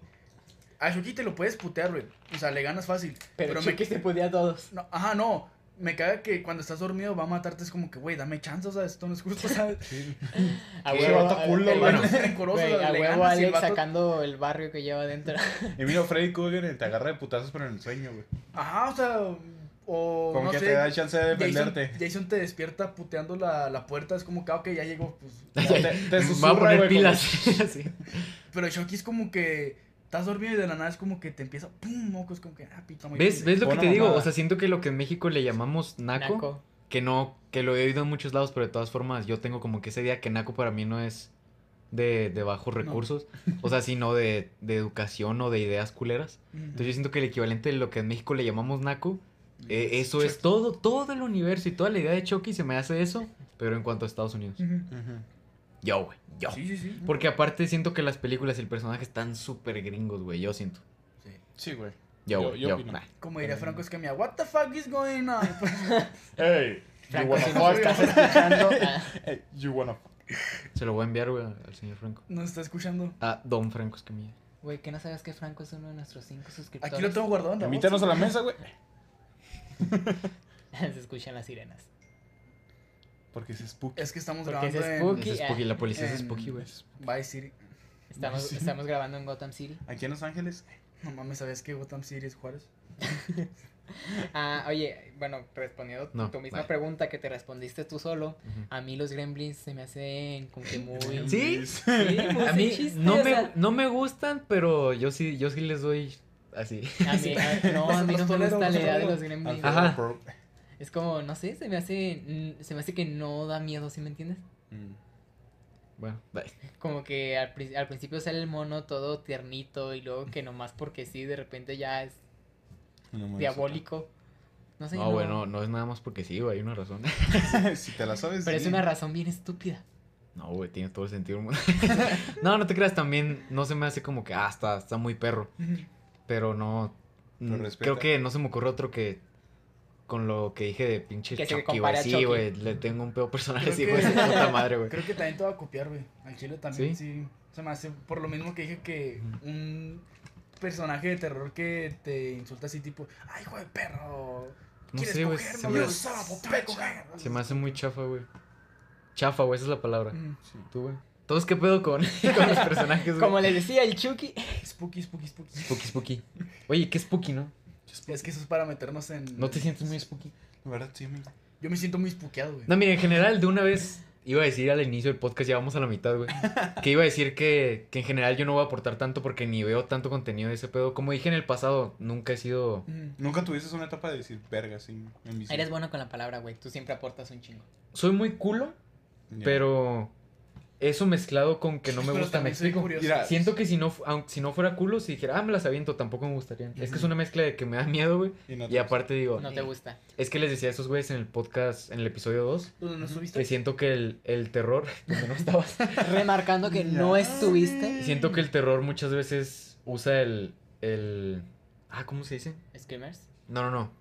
Speaker 2: A Chucky te lo puedes putear, güey. O sea, le ganas fácil.
Speaker 3: Pero,
Speaker 2: me-
Speaker 3: Chucky se podía a todos.
Speaker 2: No, ajá, no. Me caga que cuando estás dormido va a matarte. Es como que, güey, dame chance, o sea, esto no es justo, ¿sabes?
Speaker 4: Sí.
Speaker 3: A
Speaker 1: Qué
Speaker 3: huevo,
Speaker 4: vato
Speaker 3: a-
Speaker 4: culo,
Speaker 3: el
Speaker 2: güey.
Speaker 3: vato-
Speaker 2: Es rencoroso,
Speaker 3: güey,
Speaker 2: le
Speaker 3: a huevo
Speaker 2: ganas y el
Speaker 3: Alex
Speaker 2: vato-
Speaker 3: sacando el barrio que lleva adentro.
Speaker 4: Y mira, Freddy Krueger te agarra de putazos, pero en el sueño, güey.
Speaker 2: Ajá, o sea, o
Speaker 4: Como
Speaker 2: no
Speaker 4: que
Speaker 2: sé.
Speaker 4: te da chance de
Speaker 2: Jason,
Speaker 4: defenderte.
Speaker 2: Jason te despierta puteando la, la puerta. Es como que, ah, ok, ya llegó, pues.
Speaker 4: O sea, Te, te
Speaker 1: va a
Speaker 4: susurra,
Speaker 1: poner
Speaker 4: güey, como-
Speaker 1: pilas. así.
Speaker 2: Pero Chucky es como que estás dormido y de la nada es como que te empieza, pum, mocos, como que, ah, pita muy
Speaker 1: ¿Ves,
Speaker 2: bien.
Speaker 1: ¿Ves lo que
Speaker 4: Buena
Speaker 1: te digo?
Speaker 4: mamada.
Speaker 1: O sea, siento que lo que en México le llamamos naco,
Speaker 3: Naco.
Speaker 1: que no, que lo he oído en muchos lados, pero de todas formas yo tengo como que esa idea que naco para mí no es de, de bajos recursos, o sea, sino de, de educación o de ideas culeras. Entonces yo siento que el equivalente de lo que en México le llamamos naco, eh, eso es todo, todo el universo y toda la idea de Chucky se me hace eso, pero en cuanto a Estados Unidos.
Speaker 2: Ujú.
Speaker 4: Ujú.
Speaker 1: Yo, güey, yo.
Speaker 2: Mm. Sí, sí, sí.
Speaker 1: Porque aparte siento que las películas y el personaje están súper gringos, güey. Yo siento.
Speaker 2: Sí.
Speaker 4: Sí, güey.
Speaker 1: Yo,
Speaker 4: Yo-
Speaker 1: güey,
Speaker 4: yo
Speaker 1: yo. Ah,
Speaker 4: opino.
Speaker 1: nah.
Speaker 2: Como diría Franco Escamilla, what the fuck is going on?
Speaker 4: Ey, you
Speaker 3: Franco,
Speaker 4: wanna
Speaker 3: si nos estás
Speaker 4: fuck.
Speaker 3: escuchando, ah,
Speaker 4: Ey, you wanna fuck.
Speaker 1: Se lo voy a enviar, güey, al señor Franco.
Speaker 2: Nos está escuchando.
Speaker 1: A Don Franco Escamilla.
Speaker 3: güey, que no sabes que Franco es uno de nuestros cinco suscriptores.
Speaker 2: Aquí lo tengo guardado en la
Speaker 4: Invítanos a
Speaker 2: bolsa.
Speaker 4: la mesa, güey.
Speaker 3: Se escuchan las sirenas.
Speaker 4: Porque es spooky.
Speaker 2: Es que estamos
Speaker 3: Porque
Speaker 2: grabando
Speaker 3: es
Speaker 2: en
Speaker 3: spooky. eh,
Speaker 1: Es spooky, la policía es
Speaker 2: en-
Speaker 1: spooky, güey.
Speaker 2: Vice City.
Speaker 3: Estamos,
Speaker 4: Sí.
Speaker 3: estamos grabando en Gotham City.
Speaker 4: Aquí en Los Ángeles.
Speaker 2: No mames, ¿sabías que Gotham City es Juárez?
Speaker 3: Ah, oye, bueno, respondiendo
Speaker 1: No,
Speaker 3: tu misma
Speaker 1: vale.
Speaker 3: pregunta que te respondiste tú solo,
Speaker 1: Ujú.
Speaker 3: a mí los gremlins se me hacen como que muy...
Speaker 1: Sí.
Speaker 3: muy
Speaker 1: A mí
Speaker 3: sin chiste,
Speaker 1: no
Speaker 3: o
Speaker 1: me,
Speaker 3: sea,
Speaker 1: no me gustan, pero yo sí, yo sí les doy así.
Speaker 3: A mí, a- no, a mí no
Speaker 2: Los
Speaker 3: me
Speaker 2: tolero,
Speaker 3: gusta
Speaker 2: los
Speaker 3: la idea de
Speaker 2: tolero.
Speaker 3: los gremlins.
Speaker 1: Ajá.
Speaker 3: Es como, no sé, se me hace... mm, Se me hace que no da miedo, ¿sí me entiendes?
Speaker 4: Mm.
Speaker 1: Bueno, bye.
Speaker 3: Como que al, pri- al principio sale el mono todo tiernito y luego que nomás porque sí, de repente ya es
Speaker 4: No mames.
Speaker 3: diabólico. No sé,
Speaker 1: No, güey, no, no es nada más porque sí, güey. Hay una razón.
Speaker 4: si te la sabes.
Speaker 3: Pero es
Speaker 4: sí.
Speaker 3: una razón bien estúpida.
Speaker 1: No, güey, tiene todo el sentido del mundo. no, no te creas, también no se me hace como que, ah, está, está muy perro. Pero no.
Speaker 4: Pero
Speaker 1: mm,
Speaker 4: respeta.
Speaker 1: creo que no se me ocurre otro que. Con lo que dije de pinche
Speaker 3: Que se
Speaker 1: Chucky, güey.
Speaker 3: compare a
Speaker 1: Sí,
Speaker 3: Chucky.
Speaker 1: güey. Le tengo un pedo personal
Speaker 2: Creo
Speaker 1: así,
Speaker 2: que-
Speaker 1: güey. puta madre, güey.
Speaker 2: Creo que también te va a copiar, güey. Al chile también, ¿Sí? Se me hace, por lo mismo que dije que
Speaker 1: Ujú.
Speaker 2: un personaje de terror que te insulta así tipo, ay, hijo de perro.
Speaker 1: No
Speaker 2: ¿quieres
Speaker 1: sé, güey.
Speaker 2: cogerme?
Speaker 1: Se, me-
Speaker 2: Yo solo te voy a coger".
Speaker 1: se me hace muy chafa, güey. Chafa, güey. Esa es la palabra.
Speaker 2: Mm.
Speaker 4: Sí.
Speaker 1: Tú, güey. Todos qué pedo con, con los personajes,
Speaker 3: Como
Speaker 1: güey.
Speaker 3: les decía, el Chucky.
Speaker 2: Spooky, spooky, spooky.
Speaker 1: Spooky, spooky. Oye, qué spooky, ¿no?
Speaker 2: Es que eso es para meternos en...
Speaker 1: ¿No te sientes muy spooky?
Speaker 4: La verdad, sí, amigo.
Speaker 2: Yo me siento muy spookeado, güey.
Speaker 1: No, mira, en general, de una vez iba a decir al inicio del podcast, ya vamos a la mitad, güey. Que iba a decir que, que en general yo no voy a aportar tanto porque ni veo tanto contenido de ese pedo. Como dije en el pasado, nunca he sido.
Speaker 2: Mm.
Speaker 4: Nunca tuviste una etapa de decir verga, sí. En bici.
Speaker 3: Eres bueno con la palabra, güey. Tú siempre aportas un chingo.
Speaker 1: Soy muy culo,
Speaker 4: Ya.
Speaker 1: pero Eso mezclado con que no me
Speaker 2: Pero
Speaker 1: gusta, me
Speaker 2: también soy
Speaker 1: explico.
Speaker 2: curioso.
Speaker 4: Mira,
Speaker 1: Siento que si no, fu- aunque si no fuera culo, si dijera, ah, me las aviento, tampoco me gustaría. Es que es
Speaker 4: Ujú.
Speaker 1: una mezcla de que me da miedo, güey.
Speaker 4: Y, no te
Speaker 1: Y aparte digo,
Speaker 3: No te gusta.
Speaker 1: es que les decía a esos güeyes en el podcast, en el episodio 2,
Speaker 2: ¿Dónde no subiste?
Speaker 1: que siento que el, el terror, donde no estabas,
Speaker 3: Remarcando que
Speaker 4: Ya.
Speaker 3: no estuviste.
Speaker 1: siento que el terror muchas veces usa el, el, ah, ¿cómo se dice?
Speaker 3: Screamers.
Speaker 1: No, no, no.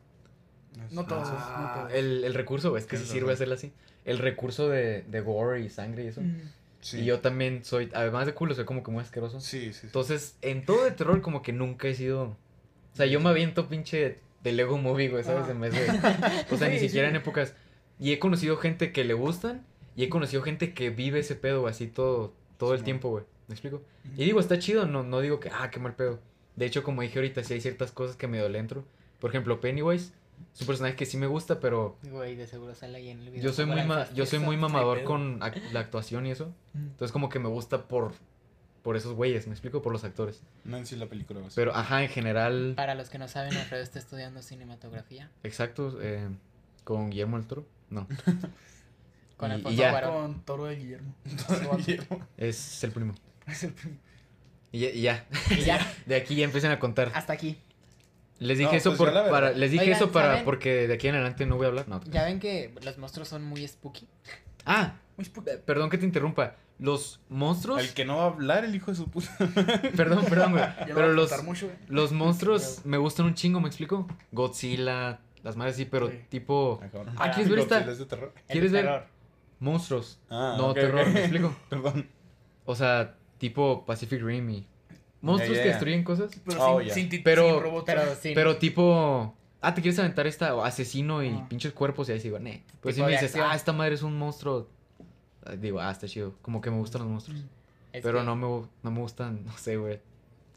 Speaker 4: gusta.
Speaker 2: No todos,
Speaker 1: Ah,
Speaker 2: no todos.
Speaker 1: el, el recurso, güey, es que
Speaker 4: Tienes
Speaker 1: sí sirve
Speaker 4: razón.
Speaker 1: hacerlo así. El recurso de, de gore y sangre y eso.
Speaker 2: Mm.
Speaker 4: Sí.
Speaker 1: Y yo también soy, además de culo, soy como que muy asqueroso.
Speaker 4: Sí, sí, sí.
Speaker 1: Entonces, en todo de terror como que nunca he sido... O sea, yo me aviento pinche de Lego Movie, güey, ¿sabes?
Speaker 2: Ah.
Speaker 1: En vez de... O sea, ni
Speaker 2: Sí,
Speaker 1: siquiera
Speaker 2: sí.
Speaker 1: en épocas... Y he conocido gente que le gustan y he conocido gente que vive ese pedo güey, así todo, todo el
Speaker 4: Simón.
Speaker 1: tiempo, güey. ¿Me explico? Y digo, está chido, no, no digo que, ah, qué mal pedo. De hecho, como dije ahorita, sí hay ciertas cosas que me dolentro. Por ejemplo, Pennywise es un personaje que sí me gusta, pero
Speaker 3: Güey, de seguro sale ahí en el video.
Speaker 1: yo soy muy, ma- yo soy muy mamador con ac- la actuación y eso.
Speaker 2: Mm.
Speaker 1: Entonces, como que me gusta por, por esos güeyes, ¿me explico? Por los actores.
Speaker 4: No en sí la película. güey.
Speaker 1: Pero, ajá, en general,
Speaker 3: Para los que no saben, Alfredo está estudiando cinematografía
Speaker 1: exacto, eh, con Guillermo del Toro, no,
Speaker 3: con
Speaker 1: Y- y
Speaker 3: Alfonso
Speaker 1: ya.
Speaker 3: Cuarón.
Speaker 2: Con Toro de Guillermo.
Speaker 1: es el primo.
Speaker 2: Es el prim-
Speaker 1: Y ya, y ya,
Speaker 3: Y ya,
Speaker 1: de aquí ya empiezan a contar.
Speaker 3: hasta aquí.
Speaker 1: Les dije
Speaker 4: No,
Speaker 1: eso
Speaker 4: pues
Speaker 1: por-
Speaker 4: ya la verdad.
Speaker 1: para, les dije
Speaker 3: Oigan,
Speaker 1: eso para,
Speaker 3: ¿saben?
Speaker 1: porque de aquí en adelante no voy a hablar, no.
Speaker 3: Ya ven que los monstruos son muy spooky.
Speaker 1: Ah,
Speaker 2: Muy spooky.
Speaker 1: pe- perdón que te interrumpa, los monstruos,
Speaker 4: El que no va a hablar, el hijo de su puta.
Speaker 1: perdón, perdón, güey,
Speaker 2: Ya
Speaker 1: pero
Speaker 2: lo voy a
Speaker 1: los,
Speaker 2: contar mucho, güey.
Speaker 1: los monstruos me gustan un chingo, ¿me explico? Godzilla, las madres sí, pero
Speaker 2: Sí.
Speaker 1: tipo,
Speaker 4: Ah, cabrón.
Speaker 1: Ah, ¿quieres ver esta?
Speaker 4: Godzilla es de terror.
Speaker 3: El
Speaker 1: ¿Quieres ver?
Speaker 3: terror.
Speaker 1: monstruos,
Speaker 4: Ah,
Speaker 1: no
Speaker 4: ok,
Speaker 1: terror,
Speaker 4: ok.
Speaker 1: ¿me explico?
Speaker 4: Perdón.
Speaker 1: O sea, tipo Pacific Rim y monstruos
Speaker 4: ya,
Speaker 1: que
Speaker 4: ya.
Speaker 1: destruyen cosas.
Speaker 2: Pero
Speaker 4: Oh,
Speaker 2: sin,
Speaker 4: ya.
Speaker 2: sin, ti-
Speaker 1: Pero-
Speaker 2: sin robots.
Speaker 3: Pero sí.
Speaker 1: Pero tipo, ah, te quieres aventar esta o asesino y
Speaker 2: Ah.
Speaker 1: pinches cuerpos y ahí digo, ne. Pero si
Speaker 3: Tipo
Speaker 1: me
Speaker 3: de
Speaker 1: dices,
Speaker 3: acción.
Speaker 1: ah, esta madre es un monstruo, ah, digo, ah, está chido. Como que me gustan los monstruos.
Speaker 3: es
Speaker 1: Pero
Speaker 3: que-
Speaker 1: no, me, gu- no me gustan, no sé, güey,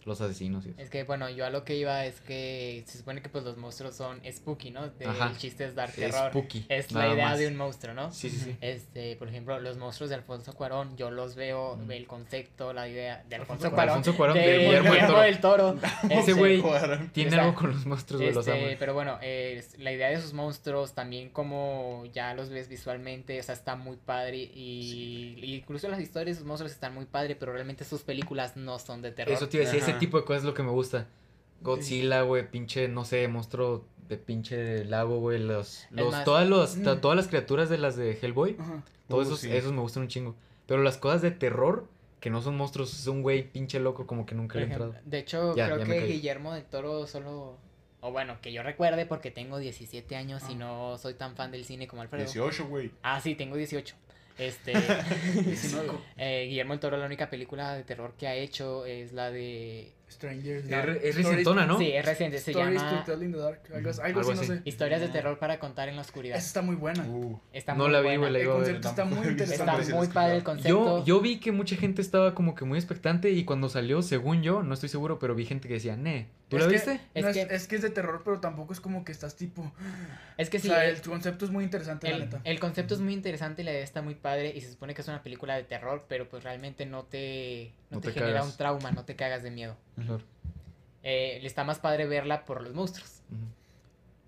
Speaker 1: los asesinos. Y eso.
Speaker 3: Es que, bueno, yo a lo que iba es que se supone que pues los monstruos son spooky, ¿no? De-
Speaker 1: Ajá.
Speaker 3: El chiste es dar terror.
Speaker 1: Spooky.
Speaker 3: Es
Speaker 1: nada
Speaker 3: la idea
Speaker 1: más.
Speaker 3: de un monstruo, ¿no?
Speaker 4: Sí, sí, sí.
Speaker 3: Este, por ejemplo, los monstruos de Alfonso Cuarón, yo los veo,
Speaker 1: Mm.
Speaker 3: el concepto, la idea de
Speaker 2: Alfonso
Speaker 3: Alfonso
Speaker 1: Para
Speaker 3: Cuarón.
Speaker 1: Alfonso Cuarón,
Speaker 3: de
Speaker 1: de Guillermo del Toro.
Speaker 3: del Toro.
Speaker 1: Ese
Speaker 3: Este,
Speaker 1: güey
Speaker 4: Joder.
Speaker 1: tiene
Speaker 3: está.
Speaker 1: algo con los monstruos, güey, los
Speaker 3: este,
Speaker 1: amo.
Speaker 3: pero bueno, eh, es- la idea de esos monstruos, también como ya los ves visualmente, o sea, está muy padre. Y y incluso las historias de esos monstruos están muy padre, pero realmente sus películas no son de terror.
Speaker 1: Eso te iba a decir, ese
Speaker 4: Ajá.
Speaker 1: tipo de cosas es lo que me gusta. Godzilla, güey, pinche, no sé, monstruo de pinche lago, güey, los,
Speaker 3: Es
Speaker 1: los,
Speaker 3: más-
Speaker 1: todas, los
Speaker 2: Mm.
Speaker 1: todas las criaturas de las de Hellboy.
Speaker 2: Ajá.
Speaker 1: Todos
Speaker 4: Uh,
Speaker 1: esos,
Speaker 4: sí.
Speaker 1: esos me gustan un chingo. Pero las cosas de terror, que no son monstruos, es un güey pinche loco como que nunca
Speaker 3: Por
Speaker 1: le he
Speaker 3: ejemplo,
Speaker 1: entrado.
Speaker 3: de hecho,
Speaker 1: Ya,
Speaker 3: creo
Speaker 1: ya me
Speaker 3: que
Speaker 1: callo.
Speaker 3: Guillermo del Toro solo. O bueno, que yo recuerde porque tengo 17 años y
Speaker 2: Ah.
Speaker 3: no soy tan fan del cine como Alfredo.
Speaker 4: 18, güey.
Speaker 3: Ah, sí, tengo 18. Este,
Speaker 2: 19.
Speaker 3: eh, Guillermo del Toro, la única película de terror que ha hecho es la de.
Speaker 2: Strangers.
Speaker 1: Es re- es
Speaker 2: Stories-
Speaker 1: recientona, Ah, ¿no?
Speaker 3: Sí, es reciente, se
Speaker 2: Stories
Speaker 3: llama
Speaker 2: to Tell in the Dark. Algo,
Speaker 1: Ujú,
Speaker 2: algo
Speaker 1: algo
Speaker 2: así, no
Speaker 1: así.
Speaker 2: sé.
Speaker 3: Historias de terror para contar en la oscuridad.
Speaker 2: Esa está muy buena.
Speaker 4: Uh.
Speaker 3: Está
Speaker 1: Ah. No
Speaker 3: muy
Speaker 1: la vi,
Speaker 3: buena.
Speaker 1: güey, la
Speaker 2: el
Speaker 1: iba a ver.
Speaker 2: concepto está muy
Speaker 3: Está
Speaker 2: interesante.
Speaker 4: Sí,
Speaker 3: muy
Speaker 4: sí,
Speaker 3: padre
Speaker 4: sí.
Speaker 3: el concepto.
Speaker 1: Yo, yo vi que mucha gente estaba como que muy expectante y cuando salió, según yo, no estoy seguro, pero vi gente que decía, ne, ¿tú
Speaker 2: Es
Speaker 1: la
Speaker 2: que-
Speaker 1: viste?
Speaker 3: Es
Speaker 2: No, es,
Speaker 3: que-
Speaker 2: es que es de terror, pero tampoco es como que estás tipo.
Speaker 3: Es que sí,
Speaker 2: o sea,
Speaker 3: el-
Speaker 2: el concepto es muy interesante, la
Speaker 3: El,
Speaker 2: neta.
Speaker 3: el concepto es muy interesante, la idea está muy padre y se supone que es una película de terror, pero pues realmente no te, no
Speaker 1: No
Speaker 3: te,
Speaker 1: te
Speaker 3: genera
Speaker 1: cagas.
Speaker 3: un trauma, no te cagas de miedo.
Speaker 1: Claro.
Speaker 3: Eh, le está más padre verla por los monstruos,
Speaker 1: Ujú.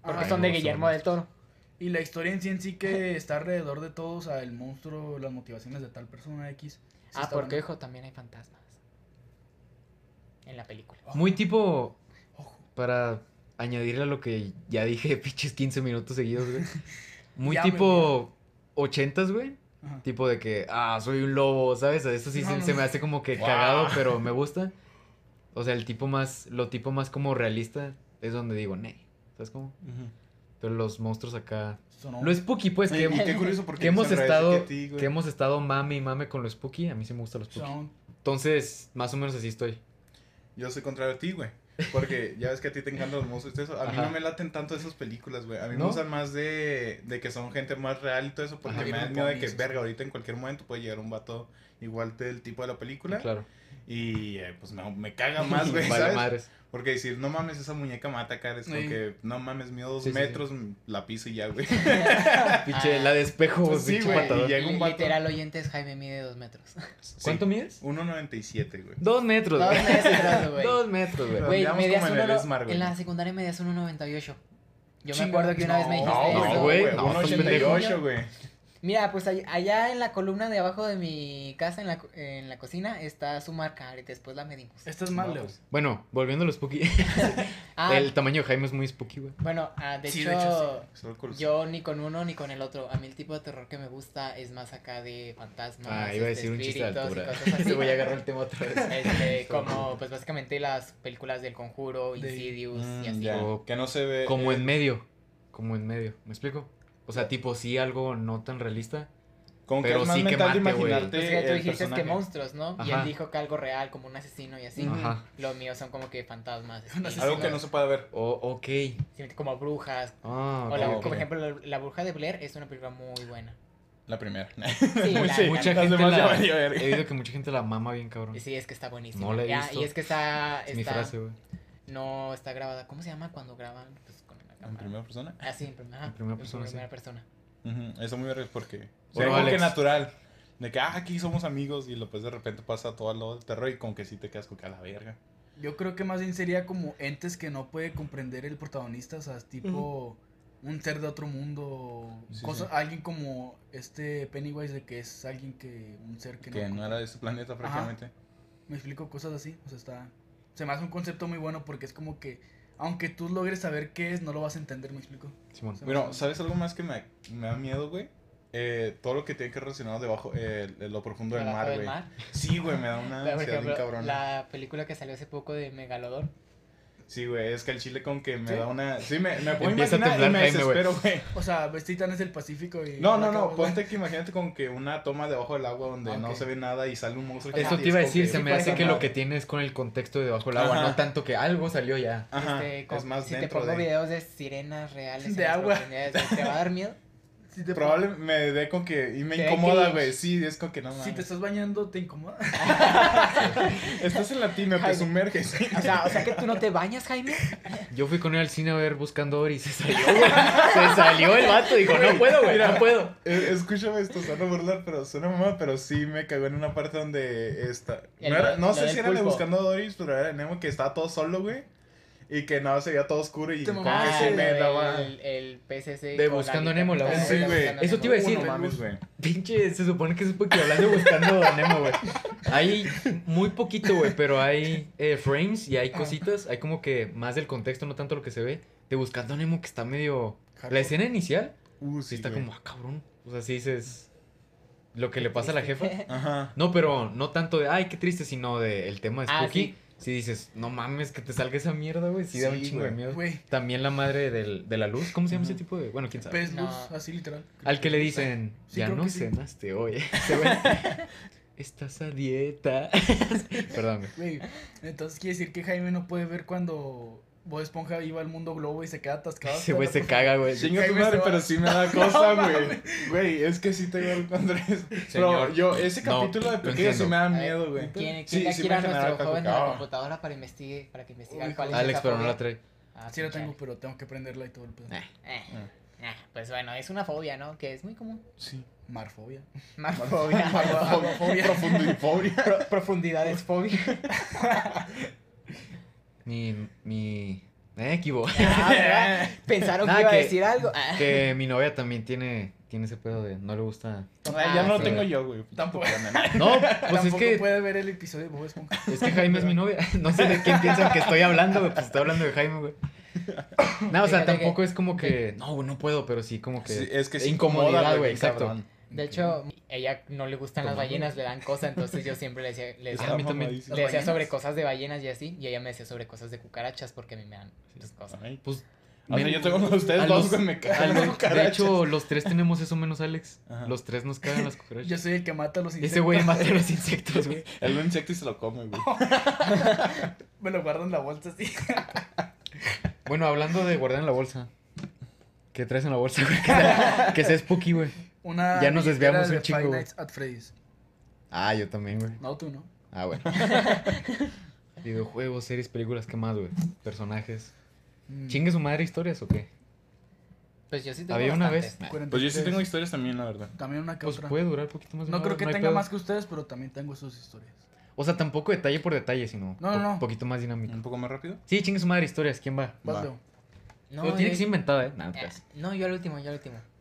Speaker 3: porque
Speaker 2: Ajá.
Speaker 1: Ay,
Speaker 3: son
Speaker 1: me
Speaker 3: de
Speaker 1: gustan
Speaker 3: Guillermo
Speaker 1: los
Speaker 3: del Toro.
Speaker 2: Y la historia en sí en sí que está alrededor de todos, o sea, el monstruo, las motivaciones de tal persona X. sí
Speaker 3: ah,
Speaker 2: está
Speaker 3: porque
Speaker 2: buena.
Speaker 3: ojo, también hay fantasmas en la película.
Speaker 2: Ojo,
Speaker 1: Muy tipo,
Speaker 2: ojo.
Speaker 1: para añadirle a lo que ya dije, pinches 15 minutos seguidos, güey. Muy
Speaker 2: Ya,
Speaker 1: tipo 80s, güey.
Speaker 2: Ajá.
Speaker 1: Tipo de que, ah, soy un lobo, ¿sabes? Eso sí
Speaker 2: No,
Speaker 1: se,
Speaker 2: no,
Speaker 1: se me
Speaker 2: no.
Speaker 1: hace como que
Speaker 4: Guau.
Speaker 1: cagado, pero me gusta. O sea, el tipo más, lo tipo más como realista es donde digo, ne, ¿sabes cómo? Pero los monstruos acá.
Speaker 2: Sonó-
Speaker 1: Lo spooky, pues,
Speaker 4: Oye,
Speaker 1: que,
Speaker 4: y qué curioso porque
Speaker 1: que hemos
Speaker 4: se agradece
Speaker 1: estado,
Speaker 4: a ti, güey.
Speaker 1: que hemos estado mame y mame con lo spooky. A mí sí me gusta lo spooky.
Speaker 2: sonó-
Speaker 1: Entonces, más o menos así estoy.
Speaker 4: Yo soy contrario a ti, güey. Porque ya ves que a ti te encantan los monstruos y todo eso. A mí
Speaker 1: Ajá.
Speaker 4: no me laten tanto esas películas, güey. A mí me
Speaker 1: ¿No?
Speaker 4: gustan más de, de que son gente más real y todo eso. Porque
Speaker 1: Ajá.
Speaker 4: me dan
Speaker 2: Tipo
Speaker 4: miedo de que,
Speaker 2: zombies,
Speaker 4: verga, ahorita en cualquier momento puede llegar un vato igual del tipo de la película.
Speaker 1: Claro.
Speaker 4: Y eh, pues me, me caga más, güey.
Speaker 1: Vale
Speaker 4: ¿sabes?
Speaker 1: madres.
Speaker 4: Porque decir, no mames, esa muñeca me va a atacar. Es como
Speaker 2: Sí.
Speaker 4: que, no mames, mío dos
Speaker 1: Sí, sí, sí.
Speaker 4: metros, la piso y ya, güey.
Speaker 1: Pinche, la de espejo,
Speaker 4: Pues sí,
Speaker 1: pinche
Speaker 4: güey, y
Speaker 1: patadón.
Speaker 4: ya- Llega un vato.
Speaker 3: Literal oyentes, Jaime mide dos metros.
Speaker 1: ¿Cuánto
Speaker 4: Sí.
Speaker 1: mides?
Speaker 4: 1.97, güey.
Speaker 1: Dos metros,
Speaker 3: Dos
Speaker 1: güey.
Speaker 3: metros, güey.
Speaker 1: Dos metros, güey.
Speaker 4: Pero
Speaker 3: Güey,
Speaker 4: andamos
Speaker 3: medías
Speaker 4: como en
Speaker 3: uno
Speaker 4: el
Speaker 3: no-
Speaker 4: Esmar, güey.
Speaker 3: en la secundaria medías 1.98. Yo
Speaker 2: Chinga,
Speaker 3: me acuerdo que una
Speaker 2: no,
Speaker 3: vez me dijiste
Speaker 4: No,
Speaker 1: no,
Speaker 3: eso.
Speaker 1: güey,
Speaker 4: güey,
Speaker 1: no, estás pendejo.
Speaker 4: 1.88, güey.
Speaker 3: Mira, pues all- allá en la columna de abajo de mi casa, en la, co- en la cocina, está su marca. ahorita Después la medimos.
Speaker 2: Estás mal,
Speaker 4: No,
Speaker 2: Leo.
Speaker 4: pues.
Speaker 1: Bueno, volviendo a lo spooky.
Speaker 3: Ah,
Speaker 1: El tamaño de Jaime es muy spooky, güey.
Speaker 3: bueno, ah, de,
Speaker 2: Sí,
Speaker 3: hecho,
Speaker 2: de hecho,
Speaker 4: Solo curso.
Speaker 3: yo ni con uno ni con el otro. A mí el tipo de terror que me gusta es más acá de fantasmas.
Speaker 1: Ah, iba a
Speaker 3: este,
Speaker 1: decir un chiste de
Speaker 3: espíritus y
Speaker 1: altura.
Speaker 3: cosas así.
Speaker 1: Te voy a agarrar el tema otra vez.
Speaker 3: Este, como, pues básicamente las películas del conjuro,
Speaker 2: De-
Speaker 3: Insidious y
Speaker 4: Mm,
Speaker 3: pues, así.
Speaker 4: ya.
Speaker 1: O-
Speaker 4: Que no se ve.
Speaker 1: Como
Speaker 4: eh,
Speaker 1: en medio. Como en medio. ¿Me explico? O sea, tipo, sí, algo no tan realista.
Speaker 4: Como que
Speaker 1: pero
Speaker 4: es más
Speaker 1: sí que
Speaker 4: mental de
Speaker 1: mate, güey.
Speaker 4: imaginarte.
Speaker 3: Pues que tú
Speaker 4: el
Speaker 3: dijiste
Speaker 4: personaje.
Speaker 3: que monstruos, ¿no? Y él
Speaker 1: Ajá.
Speaker 3: dijo que algo real, como un asesino y así.
Speaker 4: Ujú.
Speaker 1: Ajá.
Speaker 3: Los míos son como que fantasmas,
Speaker 2: Un
Speaker 3: espíritus,
Speaker 4: Algo que no se pueda ver.
Speaker 1: O, ok.
Speaker 3: sí, como brujas.
Speaker 1: Ah,
Speaker 3: o la-
Speaker 1: ok,
Speaker 4: ok.
Speaker 3: Por
Speaker 1: ok.
Speaker 3: ejemplo, la, la bruja de Blair es una película muy buena.
Speaker 4: La primera.
Speaker 3: Sí, la-
Speaker 4: Sí,
Speaker 3: la-
Speaker 1: Mucha
Speaker 4: las
Speaker 1: gente
Speaker 4: demás ya
Speaker 1: la-
Speaker 4: valió verga.
Speaker 1: He oído que mucha gente la mama bien, cabrón.
Speaker 3: sí, es que está buenísima.
Speaker 1: No la he
Speaker 3: Ya,
Speaker 1: visto.
Speaker 3: Y es que está,
Speaker 1: Es mi
Speaker 3: está-
Speaker 1: frase, güey.
Speaker 3: no está grabada. ¿Cómo se llama cuando graban? Pues con la
Speaker 4: En
Speaker 3: cámara.
Speaker 4: primera persona.
Speaker 3: Ah, sí, en primera, ajá,
Speaker 1: En primera persona,
Speaker 3: En
Speaker 1: sí.
Speaker 3: primera persona.
Speaker 4: Ujú, Eso muy verga porque. O sea,
Speaker 1: Bueno,
Speaker 4: como que
Speaker 1: Alex.
Speaker 4: natural. De que, ah, aquí somos amigos y después de repente pasa todo al lado del terror y como que sí te quedas con que a la verga.
Speaker 2: Yo creo que más bien sería como entes que no puede comprender el protagonista, o sea, tipo un ser de otro mundo,
Speaker 4: Sí,
Speaker 2: cosa-
Speaker 4: sí.
Speaker 2: alguien como este Pennywise de que es alguien que un ser que,
Speaker 4: Que no era
Speaker 2: compre-
Speaker 4: de este planeta prácticamente.
Speaker 2: Me explico cosas así, o sea, está se me hace un concepto muy bueno porque es como que aunque tú logres saber qué es, no lo vas a entender, me explico.
Speaker 1: Simón.
Speaker 4: Bueno, ¿sabes algo más que me, me da miedo, güey? Eh, todo lo que tiene que relacionado debajo, eh, el- lo profundo del
Speaker 3: Abajo
Speaker 4: mar, güey. Ah, Sí, güey, me da una
Speaker 3: Por
Speaker 4: ansiedad bien
Speaker 3: ejemplo,
Speaker 4: cabrona.
Speaker 3: la película que salió hace poco de Megalodón.
Speaker 4: Sí, güey, es que el chile con que me
Speaker 2: ¿Sí?
Speaker 4: da una... Sí, me, me puedo
Speaker 1: Empieza a
Speaker 4: imaginar y
Speaker 1: temblar
Speaker 4: me
Speaker 1: Jaime, güey.
Speaker 4: desespero, güey.
Speaker 2: O sea, ves Titanes del Pacífico y
Speaker 4: No, no, no,
Speaker 2: acabas-
Speaker 4: ponte que imagínate con que una toma debajo del agua donde
Speaker 2: Ah,
Speaker 4: no
Speaker 2: ok.
Speaker 4: se ve nada y sale un monstruo.
Speaker 1: Eso
Speaker 4: gigante
Speaker 1: te
Speaker 4: y
Speaker 1: iba a
Speaker 4: es como
Speaker 1: decir, se
Speaker 4: que-
Speaker 1: me
Speaker 3: por
Speaker 1: hace que lo
Speaker 3: ejemplo-
Speaker 1: que tiene es con el contexto de debajo del agua,
Speaker 4: Ajá.
Speaker 1: no tanto que algo salió ya.
Speaker 4: Ajá,
Speaker 3: Este, como-
Speaker 4: es más
Speaker 3: si te
Speaker 4: dentro
Speaker 3: pongo
Speaker 4: de...
Speaker 3: videos de sirenas reales. en
Speaker 2: De
Speaker 3: las
Speaker 2: agua.
Speaker 3: profundidades, güey, ¿Te va a dar miedo?
Speaker 2: Si te,
Speaker 4: Probablemente me dé con que... Y me
Speaker 3: Te da
Speaker 4: incomoda,
Speaker 3: cringe.
Speaker 4: güey. Sí, es con que no
Speaker 2: si te
Speaker 4: mames.
Speaker 2: estás bañando te incomoda.
Speaker 4: Estás en latino, te
Speaker 3: Jaime.
Speaker 4: sumerges.
Speaker 3: O sea, o sea que tú no te bañas, Jaime.
Speaker 1: Yo fui con él al cine a ver buscando a Dory y se salió, güey. Se salió el vato, dijo, no puedo, güey, no puedo.
Speaker 4: Eh, Escúchame esto, suena burlar, pero suena mamá, pero sí me cagó en una parte donde está.
Speaker 3: El-
Speaker 4: No, era- no
Speaker 3: la
Speaker 4: sé
Speaker 3: del
Speaker 4: si era de
Speaker 3: pulpo.
Speaker 4: buscando a Doris, pero era de Nemo que estaba todo solo, güey. Y que nada, se veía todo oscuro y
Speaker 2: Te
Speaker 4: como
Speaker 2: mamaste,
Speaker 4: que se me daba.
Speaker 3: Ah, el, el PCC.
Speaker 1: De
Speaker 3: con
Speaker 1: Buscando
Speaker 3: la
Speaker 1: Nemo, la
Speaker 3: guitarra,
Speaker 1: voz.
Speaker 4: Sí,
Speaker 3: la
Speaker 4: güey.
Speaker 3: Buscando
Speaker 1: Eso
Speaker 3: Nemo.
Speaker 1: te iba a
Speaker 4: Uh,
Speaker 1: decir,
Speaker 4: no mames, güey.
Speaker 1: Pinche, se supone que es porque hablando buscando a Nemo, güey. Hay muy poquito, güey, pero hay eh, frames y hay
Speaker 4: Ah.
Speaker 1: cositas. Hay como que más del contexto, no tanto lo que se ve. De buscando a Nemo que está medio. La escena inicial
Speaker 4: Uh,
Speaker 1: sí está
Speaker 4: güey.
Speaker 1: como, ah, cabrón. O sea, sí dices. Lo que le pasa a la jefa.
Speaker 4: Ajá.
Speaker 1: No, pero no tanto de, ay, qué triste, sino de el tema de
Speaker 3: Ah,
Speaker 1: Spooky.
Speaker 3: sí.
Speaker 1: Si dices, no mames, que te salga esa mierda, güey. Sí, da un
Speaker 4: Sí,
Speaker 1: chingo de
Speaker 4: güey.
Speaker 1: miedo.
Speaker 2: Güey,
Speaker 1: También la madre del- de la luz. ¿Cómo se llama
Speaker 4: Ujú.
Speaker 1: ese tipo de.? Bueno, quién sabe.
Speaker 2: pez luz,
Speaker 3: No.
Speaker 2: así literal.
Speaker 1: Al que le dicen,
Speaker 2: Sí,
Speaker 1: ya
Speaker 2: creo
Speaker 1: no
Speaker 2: que sí.
Speaker 1: cenaste hoy. Se ve, Estás a dieta. Perdón, güey.
Speaker 2: Güey, entonces quiere decir que Jaime no puede ver cuando Bob Esponja iba al mundo globo y se queda atascado.
Speaker 1: Ese güey
Speaker 2: hasta
Speaker 1: se
Speaker 2: la-
Speaker 1: caga, güey.
Speaker 4: Chinga tu
Speaker 2: Jaime se
Speaker 4: madre,
Speaker 2: va.
Speaker 4: pero sí me da cosa,
Speaker 2: No
Speaker 4: güey. Güey, es que sí te veo contra eso. Pero
Speaker 1: Señor,
Speaker 4: yo, ese
Speaker 1: no,
Speaker 4: capítulo de
Speaker 1: lo
Speaker 4: pequeño sí
Speaker 1: entiendo.
Speaker 4: me da
Speaker 3: A ver,
Speaker 4: miedo, güey.
Speaker 3: ¿Quién, quién
Speaker 4: Sí,
Speaker 3: le
Speaker 4: sí me
Speaker 3: quiera a
Speaker 4: generaba
Speaker 3: nuestro joven de la
Speaker 4: caca.
Speaker 3: computadora para investigue, para que investigue
Speaker 2: Uy,
Speaker 3: cuál es
Speaker 1: Alex,
Speaker 3: esa
Speaker 1: pero no
Speaker 3: fobia?
Speaker 1: la trae.
Speaker 3: Ah,
Speaker 2: Sí la
Speaker 3: chale.
Speaker 2: tengo, pero tengo que prenderla y todo el pedo.
Speaker 1: Ah.
Speaker 3: Eh,
Speaker 4: Ah.
Speaker 3: eh, pues bueno, es una fobia, ¿no? Que es muy común.
Speaker 4: Sí.
Speaker 2: Marfobia.
Speaker 3: Más fobia.
Speaker 4: Fobia. Profundifobia.
Speaker 3: Profundidades fobia.
Speaker 1: Mi. mi... Me equivoco.
Speaker 3: Ah, ¿verdad? Pensaron
Speaker 1: Nada,
Speaker 3: que iba
Speaker 1: que-
Speaker 3: a decir algo. Ah.
Speaker 1: Que mi novia también tiene, tiene ese pedo de no le gusta.
Speaker 3: Ah,
Speaker 4: Ah, ya no
Speaker 1: sí.
Speaker 4: lo tengo yo, güey. Tampoco.
Speaker 1: No, pues es
Speaker 2: Tampoco
Speaker 1: que
Speaker 2: puede ver el episodio de Bob Esponja.
Speaker 1: Es que Jaime es mi novia. No sé de quién piensan que estoy hablando, güey. Pues estoy hablando de Jaime, güey. No, o sea,
Speaker 3: Fíjate que-
Speaker 1: tampoco es como que. No, güey, no puedo, pero sí como que.
Speaker 4: Sí, es que sí incomoda,
Speaker 1: incomodidad, güey.
Speaker 4: güey,
Speaker 1: Exacto.
Speaker 4: cabrón.
Speaker 3: De hecho, ella no le gustan las
Speaker 1: Toma,
Speaker 3: ballenas, le dan cosa, entonces yo siempre le decía, le
Speaker 1: Es
Speaker 3: decía,
Speaker 1: a mí también.
Speaker 4: mamadísimo.
Speaker 3: le decía
Speaker 2: ballenas?
Speaker 3: sobre cosas de ballenas y así, y ella me decía sobre cosas de cucarachas porque a mí me dan esas cosas.
Speaker 4: Ay,
Speaker 1: Pues.
Speaker 4: O sea,
Speaker 1: men-
Speaker 4: yo tengo uno de
Speaker 1: a
Speaker 4: ustedes
Speaker 1: los-
Speaker 4: dos, güey, me
Speaker 1: a
Speaker 4: cagan
Speaker 1: los-
Speaker 4: las
Speaker 1: De
Speaker 4: cucarachas.
Speaker 1: hecho, los tres tenemos eso menos Alex.
Speaker 4: Ajá.
Speaker 1: Los tres nos cagan las
Speaker 2: Yo
Speaker 1: cucarachas.
Speaker 2: soy el que mata a los
Speaker 1: Pues
Speaker 2: insectos.
Speaker 1: Ese güey mata a los insectos, güey.
Speaker 4: Él lo insecto y se lo come, güey.
Speaker 2: Me lo guardan en la bolsa así.
Speaker 1: Bueno, hablando de guardar en la bolsa. ¿Qué traes en la bolsa, güey? Que sea, que sea spooky, güey.
Speaker 2: Una
Speaker 1: Ya nos
Speaker 2: billetera
Speaker 1: desviamos
Speaker 2: de
Speaker 1: un chingo,
Speaker 2: Five
Speaker 1: güey.
Speaker 2: Nights at Freddy's.
Speaker 1: Ah, yo también, güey.
Speaker 2: No, tú no.
Speaker 1: Ah, bueno. Videojuegos, series, películas, ¿qué más, güey? Personajes.
Speaker 2: Mm.
Speaker 1: ¿Chingue su madre historias o qué?
Speaker 3: Pues yo sí tengo
Speaker 1: Había una vez.
Speaker 3: bastantes.
Speaker 1: Nah,
Speaker 4: Pues yo sí
Speaker 2: 43.
Speaker 4: tengo historias también, la verdad.
Speaker 2: También una que
Speaker 1: Pues
Speaker 2: otra.
Speaker 1: puede durar poquito más. de
Speaker 2: No
Speaker 1: una
Speaker 2: creo
Speaker 1: hora,
Speaker 2: que
Speaker 1: hay
Speaker 2: tenga
Speaker 1: pedo.
Speaker 2: más que ustedes, pero también tengo sus historias.
Speaker 1: O sea, tampoco detalle por detalle, sino un
Speaker 2: No, no, Mm. no.
Speaker 1: poquito más dinámico.
Speaker 4: Un poco más rápido.
Speaker 1: Sí, chingue su madre historias, ¿quién va?
Speaker 2: Vas,
Speaker 4: Va.
Speaker 2: Leo.
Speaker 3: No,
Speaker 1: Pero tiene
Speaker 3: yo-
Speaker 1: que ser inventada, ¿eh? Nada,
Speaker 3: eh,
Speaker 1: pues.
Speaker 3: no, yo al último, yo al último.